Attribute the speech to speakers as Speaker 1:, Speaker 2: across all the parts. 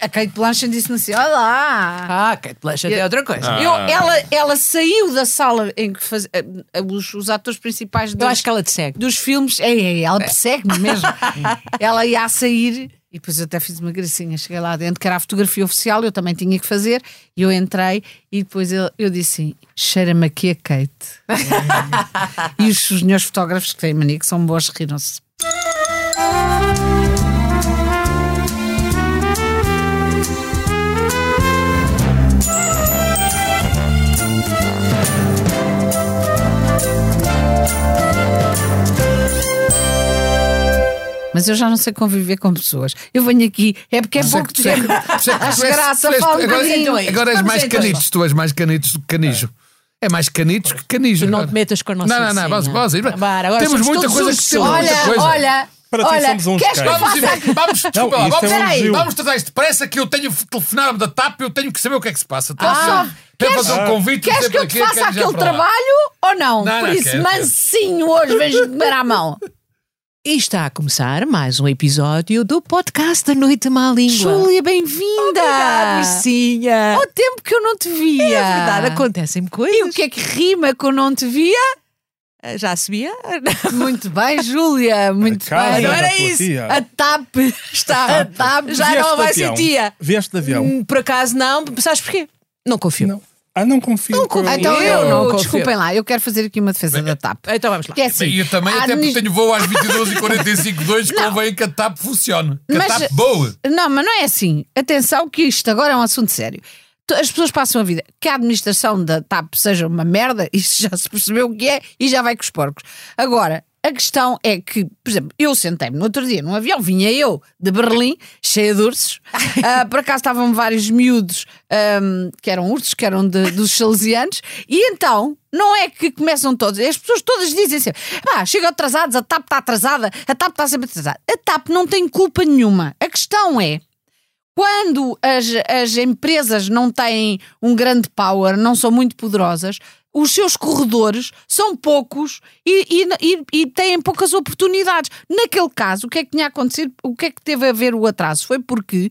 Speaker 1: A Kate Blanchett disse-me assim: Olá!
Speaker 2: Ah, Kate Blanchett é outra coisa.
Speaker 1: Eu- ela, ela saiu da sala em que faz- eh, eh, os, os atores principais
Speaker 2: Eu
Speaker 1: dos,
Speaker 2: acho que ela te segue.
Speaker 1: dos filmes. Ei, ei, ela persegue-me mesmo. ela ia a sair e depois eu até fiz uma gracinha. Cheguei lá dentro, que era a fotografia oficial, eu também tinha que fazer. E eu entrei e depois eu, eu disse assim: Cheira-me aqui a Kate. e os, os meus fotógrafos que têm mania, que são bons, riram-se. Mas eu já não sei conviver com pessoas. Eu venho aqui, é porque é
Speaker 3: Por isso é
Speaker 1: pouco
Speaker 3: que- por isso é
Speaker 1: tempo.
Speaker 3: que- por isso é que
Speaker 1: Acho
Speaker 3: tu és-
Speaker 1: graça,
Speaker 3: tu és-
Speaker 1: fala um
Speaker 3: agora-
Speaker 1: bocadinho.
Speaker 3: Agora és
Speaker 2: Vamos
Speaker 3: mais
Speaker 2: então.
Speaker 3: canitos, tu és mais canitos do que canijo. É mais canitos que canijo.
Speaker 2: Tu não
Speaker 3: agora.
Speaker 2: te metas com a nossa
Speaker 3: Não, não, não,
Speaker 2: vizinha.
Speaker 3: vamos, vamos.
Speaker 2: Vara, agora
Speaker 3: Temos
Speaker 2: somos
Speaker 3: muita
Speaker 2: todos
Speaker 3: coisa
Speaker 2: uns
Speaker 3: que temos.
Speaker 2: sós.
Speaker 3: muita
Speaker 1: Olha,
Speaker 3: coisa.
Speaker 1: olha,
Speaker 4: Para ti
Speaker 1: olha,
Speaker 4: somos uns
Speaker 1: queres que eu
Speaker 4: caras.
Speaker 3: Vamos,
Speaker 1: faça
Speaker 3: ir- vamos, desculpa,
Speaker 4: isto é um
Speaker 3: vamos,
Speaker 4: elogio.
Speaker 3: vamos tratar isto depressa que eu tenho que telefonar me da TAP e eu tenho que saber o que é que se passa.
Speaker 1: Ah,
Speaker 3: Quero
Speaker 1: queres-
Speaker 3: fazer um convite.
Speaker 1: Queres
Speaker 3: dizer
Speaker 1: que eu
Speaker 3: para
Speaker 1: te
Speaker 3: quê,
Speaker 1: faça
Speaker 3: quero é já
Speaker 1: aquele
Speaker 3: para lá.
Speaker 1: trabalho ou não?
Speaker 3: Não,
Speaker 1: Por
Speaker 3: não
Speaker 1: isso,
Speaker 3: quero,
Speaker 1: mansinho hoje, vejo comer à mão.
Speaker 2: E está a começar mais um episódio do podcast da Noite de Má Língua.
Speaker 1: Júlia, bem-vinda!
Speaker 2: Obrigada,
Speaker 1: Há
Speaker 2: Ursinha.
Speaker 1: tempo que eu não te via.
Speaker 2: É verdade,
Speaker 1: E
Speaker 2: acontecem-me
Speaker 1: o
Speaker 2: coisas.
Speaker 1: que é que rima que eu não te via?
Speaker 2: Já sabia?
Speaker 1: Muito bem, Júlia, muito
Speaker 4: Calma,
Speaker 1: bem.
Speaker 4: já
Speaker 2: Agora é
Speaker 4: tua
Speaker 2: isso.
Speaker 4: tia.
Speaker 1: A TAP está. A
Speaker 2: Tá,
Speaker 1: TAP já
Speaker 4: Vieste
Speaker 1: não
Speaker 4: de
Speaker 1: vai
Speaker 4: avião.
Speaker 1: ser tia.
Speaker 4: Vieste de avião.
Speaker 2: Hum, Por acaso não, sabes porquê? Não confio.
Speaker 4: Não. Ah, não confio.
Speaker 2: Não confio.
Speaker 1: Então
Speaker 2: Eu
Speaker 1: eu,
Speaker 2: não confio.
Speaker 1: desculpem lá, eu quero fazer aqui uma defesa da TAP.
Speaker 2: Então vamos lá.
Speaker 1: Que é assim,
Speaker 3: E eu também,
Speaker 1: a
Speaker 3: até porque
Speaker 1: administ-
Speaker 3: tenho voo às 22h45, 2 convém que a TAP funcione. Que
Speaker 1: Mas-
Speaker 3: a TAP boa.
Speaker 1: Não, mas não é assim. Atenção que isto agora é um assunto sério. T- As pessoas passam a vida. Que a administração da TAP seja uma merda, isso já se percebeu o que é e já vai com os porcos. Agora, a questão é que, por exemplo, eu sentei-me no outro dia num avião, vinha eu de Berlim, cheia de ursos. Ah, por acaso estavam vários miúdos ahm, que eram ursos, que eram de- dos salesianos, e então não é que começam todos, as pessoas todas dizem sempre: pá, chegam atrasados, a TAP está atrasada, a TAP está sempre atrasada. A TAP não tem culpa nenhuma. A questão é. Quando as, as empresas não têm um grande power, não são muito poderosas, os seus corredores são poucos e, e- e- e têm poucas oportunidades. Naquele caso, o que é que tinha acontecido? O que é que teve a ver o atraso? Foi porque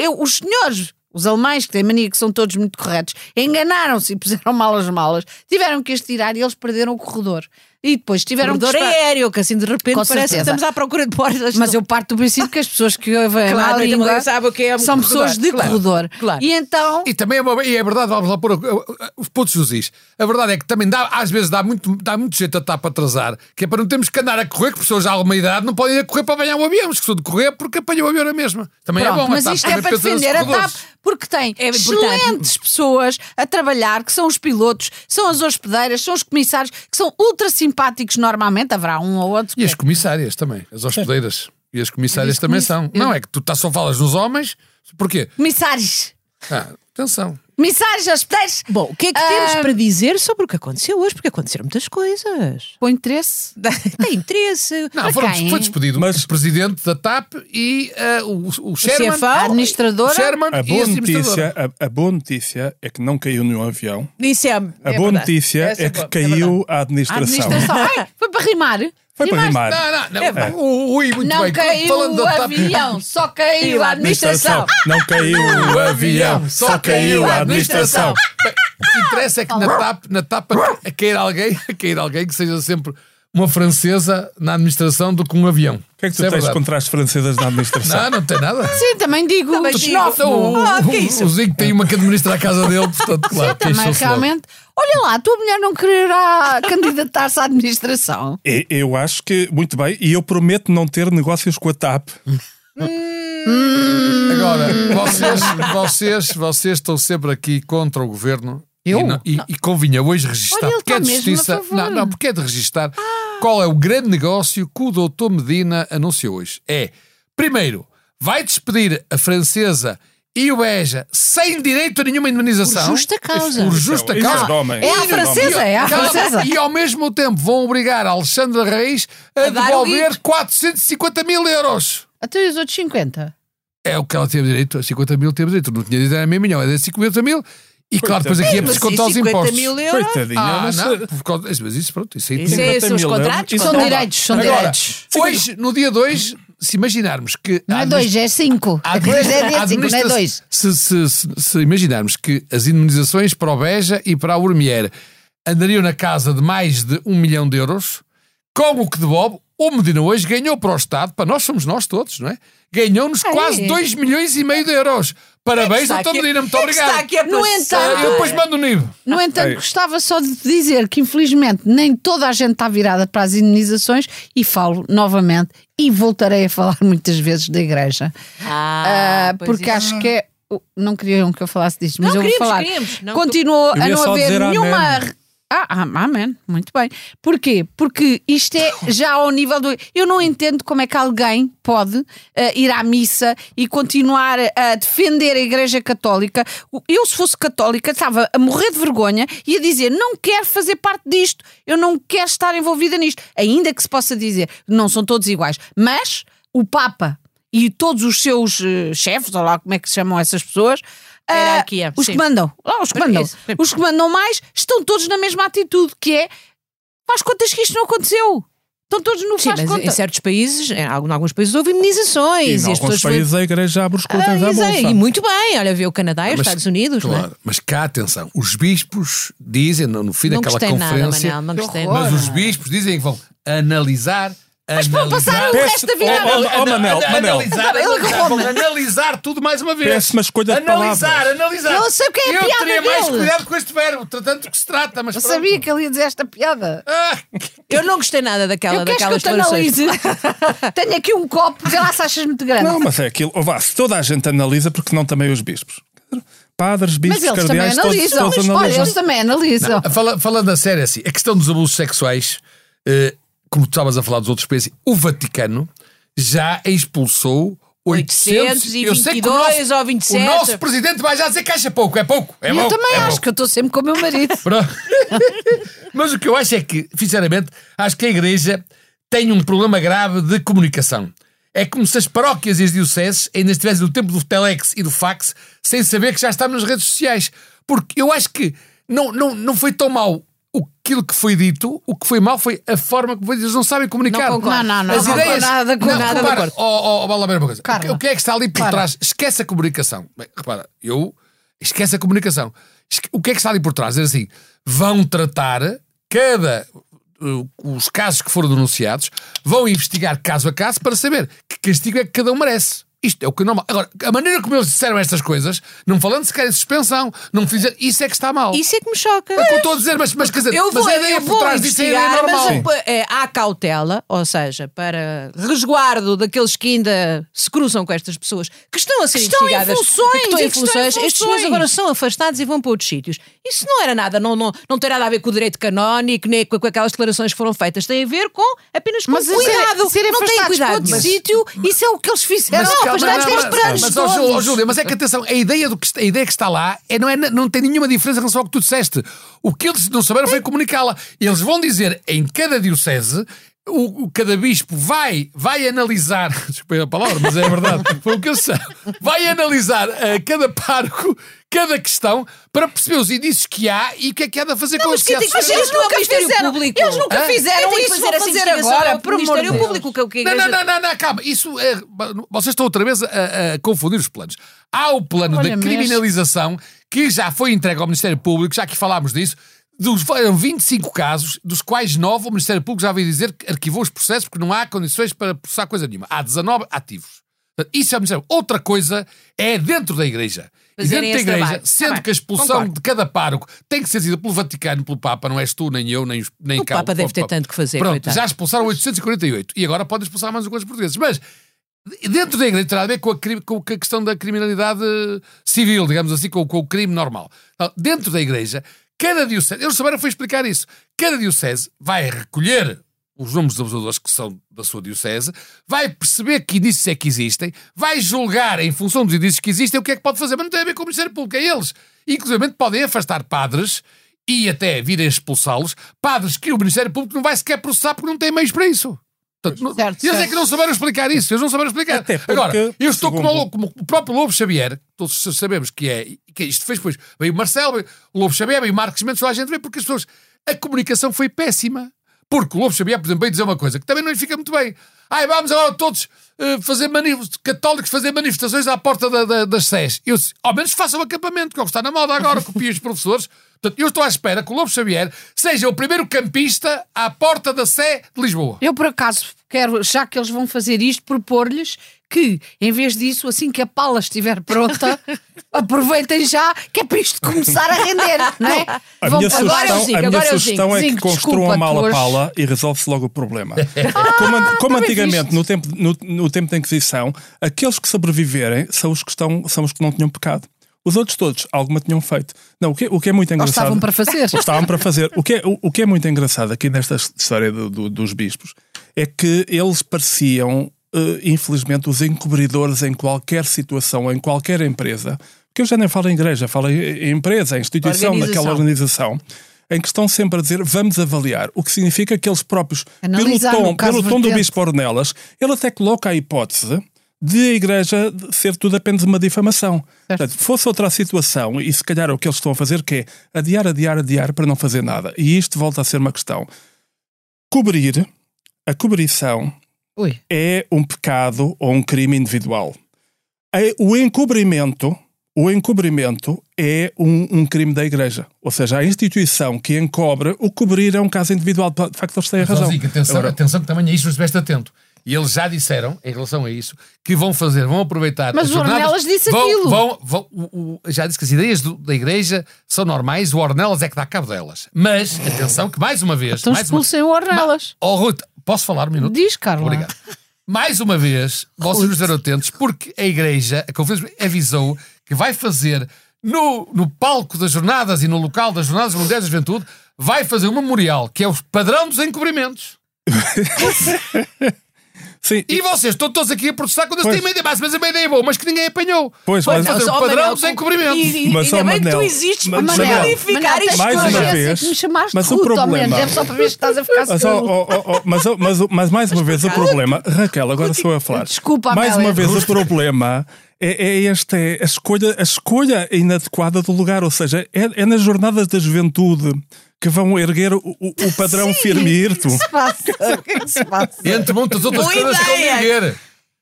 Speaker 1: eu- os senhores, os alemães, que têm mania que são todos muito corretos, enganaram-se e puseram malas malas, tiveram que as tirar e eles perderam o corredor. E depois tiveram
Speaker 2: Corredor
Speaker 1: que. espa-
Speaker 2: aéreo, que assim de repente
Speaker 1: um Com
Speaker 2: parece que
Speaker 1: certeza.
Speaker 2: estamos à procura de portas.
Speaker 1: Mas eu parto do princípio que as pessoas que ouvem
Speaker 2: Claro,
Speaker 1: a
Speaker 2: e também
Speaker 1: língua
Speaker 2: sabem o que é um
Speaker 1: são pessoas
Speaker 2: corredor,
Speaker 1: de
Speaker 2: claro,
Speaker 1: corredor.
Speaker 2: claro.
Speaker 1: E então.
Speaker 3: E também é, uma- e é verdade, vamos lá pôr uh, uh, os pontos dos is. A verdade é que também dá, às vezes dá muito, dá muito jeito a tapa atrasar, que é para não termos que andar a correr, que pessoas já há alguma idade não podem ir a correr para apanhar o avião, esqueceu de correr porque apanhou o avião na mesma. Também
Speaker 1: Pronto,
Speaker 3: é bom,
Speaker 1: mas
Speaker 3: a TAP
Speaker 1: isto é
Speaker 3: também
Speaker 1: para
Speaker 3: pensa nos
Speaker 1: defender a TAP,
Speaker 3: corredores.
Speaker 1: porque tem
Speaker 2: É importante.
Speaker 1: excelentes pessoas a trabalhar, que são os pilotos, são as hospedeiras, são os comissários, que são ultra simpáticos normalmente, haverá um ou outro.
Speaker 3: E as
Speaker 1: que-
Speaker 3: comissárias também, as hospedeiras. E as comissárias também são. Não, é que tu tá, só falas nos homens, porquê?
Speaker 1: Comissários,
Speaker 3: Ah, atenção.
Speaker 1: comissários, hospedeiros,
Speaker 2: Bom, o que é que temos
Speaker 1: Ah.
Speaker 2: para dizer sobre o que aconteceu hoje? Porque aconteceram muitas coisas.
Speaker 1: com interesse.
Speaker 2: Tem interesse.
Speaker 3: Não,
Speaker 1: Para
Speaker 3: foram-
Speaker 1: quem?
Speaker 3: foi despedido
Speaker 4: Mas-
Speaker 3: o presidente da TAP e ah, o, o Sherman,
Speaker 2: CFO,
Speaker 1: A
Speaker 3: o
Speaker 1: administradora,
Speaker 3: Sherman
Speaker 4: A
Speaker 3: e a
Speaker 4: boa,
Speaker 3: administradora.
Speaker 4: notícia, a, a boa notícia é que não caiu nenhum avião.
Speaker 2: Isso é.
Speaker 4: A boa notícia é que caiu a
Speaker 1: a
Speaker 4: administração.
Speaker 1: administração. Ai, foi para rimar.
Speaker 4: Foi para rimar.
Speaker 3: Não, não,
Speaker 4: É,
Speaker 3: não. O, o I, muito
Speaker 1: Não
Speaker 3: bem.
Speaker 1: caiu
Speaker 3: Falando
Speaker 1: o
Speaker 3: da TAP.
Speaker 1: avião, só caiu a administração.
Speaker 4: Não caiu o avião, só caiu a administração.
Speaker 3: Bem, O que interessa é que
Speaker 1: Oh.
Speaker 3: na TAP, na TAP a cair alguém, a cair alguém que seja sempre uma francesa na administração do que um avião.
Speaker 4: O que é que tu tens contra as francesas na administração?
Speaker 3: Não, não tem nada.
Speaker 1: Ah, Sim, Oh, também digo,
Speaker 2: Também digo.
Speaker 1: xenófobo.
Speaker 3: Então, o,
Speaker 2: Ah, que é
Speaker 3: o,
Speaker 2: isso?
Speaker 3: o Zico tem uma que administra a casa dele, portanto, claro.
Speaker 1: Eu também
Speaker 3: queixou-se logo.
Speaker 1: realmente. Olha lá, a tua mulher não quererá candidatar-se à administração.
Speaker 4: E- Eu acho que, muito bem, e eu prometo não ter negócios com a TAP.
Speaker 3: Agora, vocês, vocês, vocês estão sempre aqui contra o governo.
Speaker 1: Eu?
Speaker 3: E, não- e, e convinha hoje registar.
Speaker 1: Olha, ele
Speaker 3: porque é
Speaker 1: está
Speaker 3: de
Speaker 1: mesmo a
Speaker 3: justiça.
Speaker 1: favor.
Speaker 3: Não, não, porque é de registar. Qual é o grande negócio que o doutor Medina anunciou hoje? É, primeiro, vai despedir a francesa e o EJA sem direito a nenhuma indemnização.
Speaker 2: Por justa causa.
Speaker 3: Por justa
Speaker 4: Isso é
Speaker 3: causa.
Speaker 4: de homem.
Speaker 1: É a francesa, é a
Speaker 3: Calma,
Speaker 1: francesa.
Speaker 3: E ao mesmo tempo vão obrigar a Alexandra Reis a,
Speaker 2: A dar o
Speaker 3: devolver
Speaker 2: guito.
Speaker 3: 450 mil euros.
Speaker 1: Até Então, os outros 50.
Speaker 3: É o que ela teve direito, a 50 mil teve direito. Não tinha direito, era meio milhão, era 50 mil. E claro, depois aqui é para descontar os impostos.
Speaker 2: mil euros.
Speaker 4: Coitadinha,
Speaker 3: Ah,
Speaker 4: mas,
Speaker 3: não,
Speaker 4: eh,
Speaker 3: por causa- mas isso, pronto, isso aí
Speaker 2: Isso
Speaker 3: tem-
Speaker 2: é,
Speaker 4: 50
Speaker 2: são os
Speaker 4: mil euros.
Speaker 2: contratos.
Speaker 4: Isso
Speaker 1: São
Speaker 4: Então,
Speaker 1: direitos, são
Speaker 3: Agora,
Speaker 1: direitos.
Speaker 3: hoje, no dia 2, se imaginarmos que.
Speaker 1: Não
Speaker 3: a
Speaker 1: é
Speaker 3: administ-
Speaker 1: dois, é cinco.
Speaker 3: a
Speaker 1: A coisa é
Speaker 3: administra- a
Speaker 1: dia cinco, não é
Speaker 3: administra-
Speaker 1: dois.
Speaker 3: Se, se- se- se imaginarmos que as indemnizações para o Beja e para a Urmier andariam na casa de mais de um milhão de euros, como o que de Bob, o Medina hoje ganhou para o Estado, para nós somos nós todos, não é? Ganhou-nos quase dois milhões e meio de euros.
Speaker 4: É
Speaker 3: Parabéns, doutor Medina, muito
Speaker 2: É Está
Speaker 3: obrigado. Ah,
Speaker 2: aqui a
Speaker 1: No
Speaker 2: passar.
Speaker 1: entanto-
Speaker 3: Eu depois mando o nível.
Speaker 1: No entanto,
Speaker 4: Ei.
Speaker 1: gostava só de te dizer que infelizmente nem toda a gente está virada para as indenizações e falo novamente e voltarei a falar muitas vezes da igreja.
Speaker 2: Ah,
Speaker 1: Ah,
Speaker 2: pois
Speaker 1: porque
Speaker 2: isso.
Speaker 1: acho que é. oh, Não queriam que eu falasse disto, mas
Speaker 2: Não,
Speaker 1: eu vou
Speaker 2: queríamos,
Speaker 1: falar.
Speaker 2: queríamos. Não,
Speaker 1: Continuou
Speaker 4: eu
Speaker 1: a
Speaker 4: ia
Speaker 1: não
Speaker 4: só
Speaker 1: haver
Speaker 4: dizer amém.
Speaker 1: nenhuma. re- Ah, ah, amém, muito bem. Porquê? Porque isto é já ao nível do. Eu não entendo como é que alguém pode ah, ir à missa e continuar a defender a Igreja Católica. Eu, se fosse católica, estava a morrer de vergonha e a dizer: não quero fazer parte disto, eu não quero estar envolvida nisto. Ainda que se possa dizer, não são todos iguais. Mas o Papa e todos os seus eh, chefes, ou lá como é que se chamam essas pessoas, ah,
Speaker 2: Hierarquia,
Speaker 1: os
Speaker 2: sim.
Speaker 1: que mandam, lá os que mandam,
Speaker 2: Isso, sim.
Speaker 1: os que mandam mais estão todos na mesma atitude, que é faz contas que isto não aconteceu. Estão todos no
Speaker 2: Sim,
Speaker 1: faz
Speaker 2: mas é em
Speaker 1: contas.
Speaker 2: certos países, em algu- em alguns países houve
Speaker 4: em
Speaker 2: indenizações. as pessoas
Speaker 4: alguns
Speaker 2: foram-
Speaker 4: países a igreja abre os
Speaker 2: Ah,
Speaker 4: cotões à
Speaker 2: isso aí,
Speaker 4: bolsa.
Speaker 2: e muito bem, olha, vê o Canadá e os
Speaker 3: Mas-
Speaker 2: Estados Unidos, não é?
Speaker 3: Claro, mas cá atenção, os bispos dizem no no fim
Speaker 2: Não
Speaker 3: daquela
Speaker 2: gostei nada,
Speaker 3: conferência,
Speaker 2: Manel, não
Speaker 1: que
Speaker 2: gostei
Speaker 1: horror.
Speaker 2: nada.
Speaker 3: mas os bispos dizem que vão analisar, mas
Speaker 1: vão passar
Speaker 3: analisar,
Speaker 1: o resto da vida.
Speaker 4: Peço- Oh, oh, oh, Manel,
Speaker 3: Ana-
Speaker 4: Manel.
Speaker 3: Analisar,
Speaker 1: Ele
Speaker 3: analisar,
Speaker 1: come.
Speaker 3: analisar tudo mais uma vez.
Speaker 4: Péssima escolha de
Speaker 3: analisar,
Speaker 4: palavras.
Speaker 3: analisar.
Speaker 1: Eu sei o que é a
Speaker 3: Eu
Speaker 1: piada
Speaker 3: teria mais
Speaker 1: dele.
Speaker 3: cuidado com este verbo, tratando do que se trata, mas
Speaker 1: Eu
Speaker 3: pronto.
Speaker 1: sabia que ele ia dizer esta piada.
Speaker 3: Ah,
Speaker 2: Eu não gostei nada daquela,
Speaker 1: eu queres que eu
Speaker 2: daquelas
Speaker 1: te
Speaker 2: declarações.
Speaker 1: analise. Tenho aqui um copo, vê lá se achas muito grande.
Speaker 4: Não, mas é aquilo. Oh, vá, se toda a gente analisa, porque não também os bispos? Padres, bispos,
Speaker 1: mas eles também
Speaker 4: cardeais, todos,
Speaker 1: analisam.
Speaker 4: todos
Speaker 1: Olha,
Speaker 4: analisam.
Speaker 1: eles também analisam.
Speaker 3: Fala- falando a sério assim, a questão dos abusos sexuais, eh, como tu estavas a falar dos outros países, o Vaticano já expulsou 800, eu sei que o
Speaker 2: 822
Speaker 3: nosso,
Speaker 2: ou 27.
Speaker 3: O nosso presidente vai já dizer que acha pouco, é pouco. É
Speaker 1: E
Speaker 3: bom,
Speaker 1: eu também
Speaker 3: é
Speaker 1: acho
Speaker 3: bom.
Speaker 1: que eu estou sempre com o meu marido.
Speaker 3: Pronto. Mas o que eu acho é que, sinceramente, acho que a Igreja tem um problema grave de comunicação. É como se as paróquias e as dioceses ainda estivessem no tempo do telex e do fax sem saber que já estamos nas redes sociais. Porque eu acho que não, não, não foi tão mal aquilo que foi dito, o que foi mal foi a forma como foi dito. Eles não sabem comunicar.
Speaker 2: Não concordo.
Speaker 1: Não, não, não,
Speaker 3: As
Speaker 1: não
Speaker 3: ideias...
Speaker 1: concordo nada com
Speaker 3: não,
Speaker 1: nada,
Speaker 3: repara,
Speaker 1: concordo.
Speaker 3: Oh, oh, oh, vamos lá ver uma coisa.
Speaker 1: Carla.
Speaker 3: O que é que está ali por
Speaker 1: Clara.
Speaker 3: trás? Esquece a comunicação. Bem, repara, eu esquece a comunicação. Esque- O que é que está ali por trás? É assim, vão tratar cada uh, os casos que foram denunciados, vão investigar caso a caso para saber que castigo é que cada um merece. Isto é o que é normal. Agora, a maneira como eles disseram estas coisas, não falando sequer em suspensão, não fizeram, isso é que está mal.
Speaker 2: Isso é que me choca.
Speaker 3: É o que eu estou a dizer, mas, mas quer dizer,
Speaker 2: Eu vou,
Speaker 3: mas a ideia
Speaker 2: eu
Speaker 3: por
Speaker 2: vou
Speaker 3: trás disto é a ideia
Speaker 2: investigar,
Speaker 3: normal.
Speaker 2: mas a- é, há cautela, ou seja, para resguardo daqueles que ainda se cruzam com estas pessoas que estão a ser
Speaker 1: Que estão em
Speaker 2: investigadas,
Speaker 1: funções,
Speaker 2: que estão
Speaker 1: e
Speaker 2: em
Speaker 1: que estão em
Speaker 2: funções, estes
Speaker 1: funções.
Speaker 2: senhores agora são afastados e vão para outros sítios. Isso não era nada, não, não, não tem nada a ver com o direito canónico, nem com, com aquelas declarações que foram feitas, tem a ver com apenas com
Speaker 1: Mas
Speaker 3: é
Speaker 2: cuidado,
Speaker 1: serem
Speaker 2: não
Speaker 1: afastados
Speaker 2: têm
Speaker 1: para
Speaker 2: cuidado.
Speaker 1: outro
Speaker 2: Mas-
Speaker 1: sítio, isso é o que eles fizeram.
Speaker 3: Mas,
Speaker 1: não,
Speaker 3: calma,
Speaker 1: afastados
Speaker 3: não,
Speaker 1: para
Speaker 3: mas-
Speaker 1: os brancos
Speaker 3: mas, ó, Ju- ó,
Speaker 1: todos.
Speaker 3: Júlia, mas é que atenção, a ideia, do que, a ideia que está lá é, não, é, não tem nenhuma diferença em relação ao que tu disseste. O que eles não souberam foi comunicá-la. Eles vão dizer em cada diocese. O, o- cada bispo vai, vai analisar, desculpem a palavra, mas é verdade, foi o que eu sei, vai analisar a cada pároco, cada questão, para perceber os indícios que há e o que é que há de fazer com
Speaker 2: mas
Speaker 3: isso.
Speaker 2: quem tem que
Speaker 1: Mas
Speaker 2: fazer
Speaker 1: eles
Speaker 2: isto não é o
Speaker 1: nunca
Speaker 2: Ministério
Speaker 1: fizeram.
Speaker 2: Público.
Speaker 1: Eles nunca
Speaker 3: Hã?
Speaker 1: fizeram
Speaker 2: Tem
Speaker 1: e
Speaker 2: que
Speaker 1: fazer a fazer
Speaker 2: investigação
Speaker 1: agora,
Speaker 2: ao
Speaker 1: por amor de
Speaker 2: Ministério
Speaker 1: Deus.
Speaker 2: Público, que é o que a
Speaker 3: Não,
Speaker 2: igreja
Speaker 3: não, não, não, não, calma. Isso é, vocês estão outra vez a, a- a confundir os planos. Há o plano
Speaker 1: Olha,
Speaker 3: da
Speaker 1: mas-
Speaker 3: criminalização que já foi entregue ao Ministério Público, já que falámos disso. Dos, foram 25 casos, dos quais 9 o Ministério Público já veio dizer que arquivou os processos porque não há condições para processar coisa nenhuma. Há 19 ativos. Portanto, Isso é o Ministério. Outra coisa é dentro da Igreja. E
Speaker 2: Fazerem
Speaker 3: dentro da
Speaker 2: esse
Speaker 3: Igreja,
Speaker 2: trabalho.
Speaker 3: sendo
Speaker 2: Tá bem,
Speaker 3: que a expulsão
Speaker 2: concordo.
Speaker 3: de cada pároco tem que ser decidida pelo Vaticano, pelo Papa, não és tu, nem eu, nem, os- nem
Speaker 2: O
Speaker 3: cá
Speaker 2: Papa deve ter tanto que fazer,
Speaker 3: Pronto,
Speaker 2: é coitado.
Speaker 3: já expulsaram 848 e agora podem expulsar mais alguns portugueses. Mas dentro da igreja terá a ver com a, cri- com a questão da criminalidade civil, digamos assim, com, com o crime normal. Então, dentro da igreja, cada diocese, eles souberam foi explicar isso, cada diocese vai recolher os números dos abusadores que são da sua diocese, vai perceber que indícios é que existem, vai julgar em função dos indícios que existem o que é que pode fazer, mas não tem a ver com o Ministério Público, é eles. Inclusive podem afastar padres e até virem expulsá-los, padres que o Ministério Público não vai sequer processar porque não tem meios para isso. Portanto, não-
Speaker 1: Certo,
Speaker 3: eles é
Speaker 1: certo.
Speaker 3: que não souberam explicar isso, eles não souberam explicar.
Speaker 4: Até porque,
Speaker 3: Agora, eu estou como, o
Speaker 4: segundo-
Speaker 3: Lobo- como o próprio Lobo Xavier, todos sabemos que é, que isto fez depois, veio o Marcelo, veio o Lobo Xavier, veio o Marcos Mendes, toda a gente veio porque as pessoas, a comunicação foi péssima. Porque o Lobo Xavier, por exemplo, veio dizer uma coisa que também não lhe fica muito bem. Ai, vamos agora todos eh, fazer mani- católicos fazer manifestações à porta da- da- das SES. Eu disse, ao menos façam acampamento, que é o que está na moda agora, copiem os professores. Portanto, eu estou à espera que o Lobo Xavier seja o primeiro campista à porta da Sé de Lisboa.
Speaker 1: Eu, por acaso, quero, já que eles vão fazer isto, propor-lhes que, em vez disso, assim que a pala estiver pronta, aproveitem já, que é para isto começar a render, não é?
Speaker 4: A
Speaker 1: Vão-
Speaker 4: minha
Speaker 2: agora
Speaker 4: sugestão,
Speaker 2: eu digo,
Speaker 4: a minha
Speaker 2: agora eu
Speaker 4: sugestão
Speaker 1: digo.
Speaker 4: é que
Speaker 1: Zinco,
Speaker 4: construam
Speaker 1: desculpa,
Speaker 4: uma
Speaker 1: tu
Speaker 4: mala
Speaker 1: hoje-
Speaker 4: pala e resolve-se logo o problema. como an- como
Speaker 1: Ah, também
Speaker 4: antigamente,
Speaker 1: fiz.
Speaker 4: no tempo, no, no tempo da Inquisição, aqueles que sobreviverem são os que, estão, são os que não tinham pecado. Os outros todos, alguma tinham feito. Não, o que, o que é muito engraçado.
Speaker 1: estavam para fazer.
Speaker 4: Ou estavam para fazer. O que é, o, o que é muito engraçado aqui nesta história do- do- dos bispos é que eles pareciam, eh, infelizmente, os encobridores em qualquer situação, em qualquer empresa. Porque eu já nem falo em igreja, falo em- em empresa, em instituição,
Speaker 2: Organização.
Speaker 4: naquela organização. Em que estão sempre a dizer vamos avaliar, o que significa que eles próprios,
Speaker 1: Analisar,
Speaker 4: pelo
Speaker 1: no
Speaker 4: tom,
Speaker 1: caso
Speaker 4: pelo tom do
Speaker 1: vertente.
Speaker 4: Bispo Ornelas, ele até coloca a hipótese de a Igreja ser tudo apenas uma difamação. Portanto, fosse outra situação, e se calhar o que eles estão a fazer que é adiar, adiar, adiar para não fazer nada. E isto volta a ser uma questão. Cobrir, a cobrição,
Speaker 1: Ui,
Speaker 4: é um pecado ou um crime individual. É- O encobrimento, o encobrimento é um, um crime da Igreja. Ou seja, a instituição que encobre, o cobrir é um caso individual. De facto, eles têm a razão.
Speaker 3: Sozinho, atenção,
Speaker 4: Agora,
Speaker 3: atenção, que também é a isto estiveste atento. E eles já disseram, em relação a isso, que vão fazer, vão aproveitar.
Speaker 1: Mas
Speaker 3: as
Speaker 1: o
Speaker 3: jornadas,
Speaker 1: Ornelas disse
Speaker 3: vão,
Speaker 1: aquilo.
Speaker 3: Vão, vão- o- o- já disse que as ideias do- da igreja são normais, o Ornelas é que dá cabo delas. Mas, atenção, que mais uma vez.
Speaker 1: então
Speaker 3: mais uma-
Speaker 1: expulsem o Ornelas.
Speaker 3: Oh, Ruth, posso falar um minuto?
Speaker 1: Diz, Carla.
Speaker 4: é?
Speaker 3: Obrigado. Mais uma vez, vocês nos eram atentos, porque a Igreja, a Conferência, avisou é que vai fazer no, no palco das jornadas e no local das Jornadas Mundiais da Juventude, vai fazer um memorial que é o padrão dos encobrimentos.
Speaker 4: sim,
Speaker 3: E vocês estão todos aqui a protestar quando eles têm
Speaker 4: Pois.
Speaker 3: uma ideia, é mais ou menos uma ideia boa, mas que ninguém apanhou.
Speaker 4: Pois,
Speaker 3: vai
Speaker 4: mas-
Speaker 3: fazer
Speaker 2: Só
Speaker 3: o
Speaker 2: Manel,
Speaker 3: padrão dos
Speaker 2: com-
Speaker 3: encobrimentos.
Speaker 2: E, e,
Speaker 4: Mas só
Speaker 2: ainda bem que tu
Speaker 4: Manel.
Speaker 2: existes para
Speaker 4: Mas
Speaker 1: Manel,
Speaker 2: qualificar
Speaker 1: Manel, é tens
Speaker 2: isto.
Speaker 4: Mais
Speaker 1: coragem,
Speaker 4: uma
Speaker 1: é assim
Speaker 4: vez.
Speaker 1: que me chamaste
Speaker 4: Mas o
Speaker 1: Ruth, ao
Speaker 4: problema-
Speaker 1: menos. Deve só para ver se estás a ficar
Speaker 4: Mas, oh,
Speaker 1: seguro.
Speaker 4: oh, oh, oh, mas, oh, mas, oh, mas mais uma vez o problema, Raquel, agora sou eu a falar.
Speaker 1: Desculpa,
Speaker 4: mais
Speaker 1: Amélia.
Speaker 4: uma vez o problema é, é esta é a escolha, a escolha inadequada do lugar, ou seja, é, é nas jornadas da juventude que vão erguer o, o- o padrão firme e irto.
Speaker 1: O que passa? O que é que se passa?
Speaker 3: Entre muitas outras
Speaker 2: Boa
Speaker 3: coisas que
Speaker 2: ideia.
Speaker 3: eu ninguém.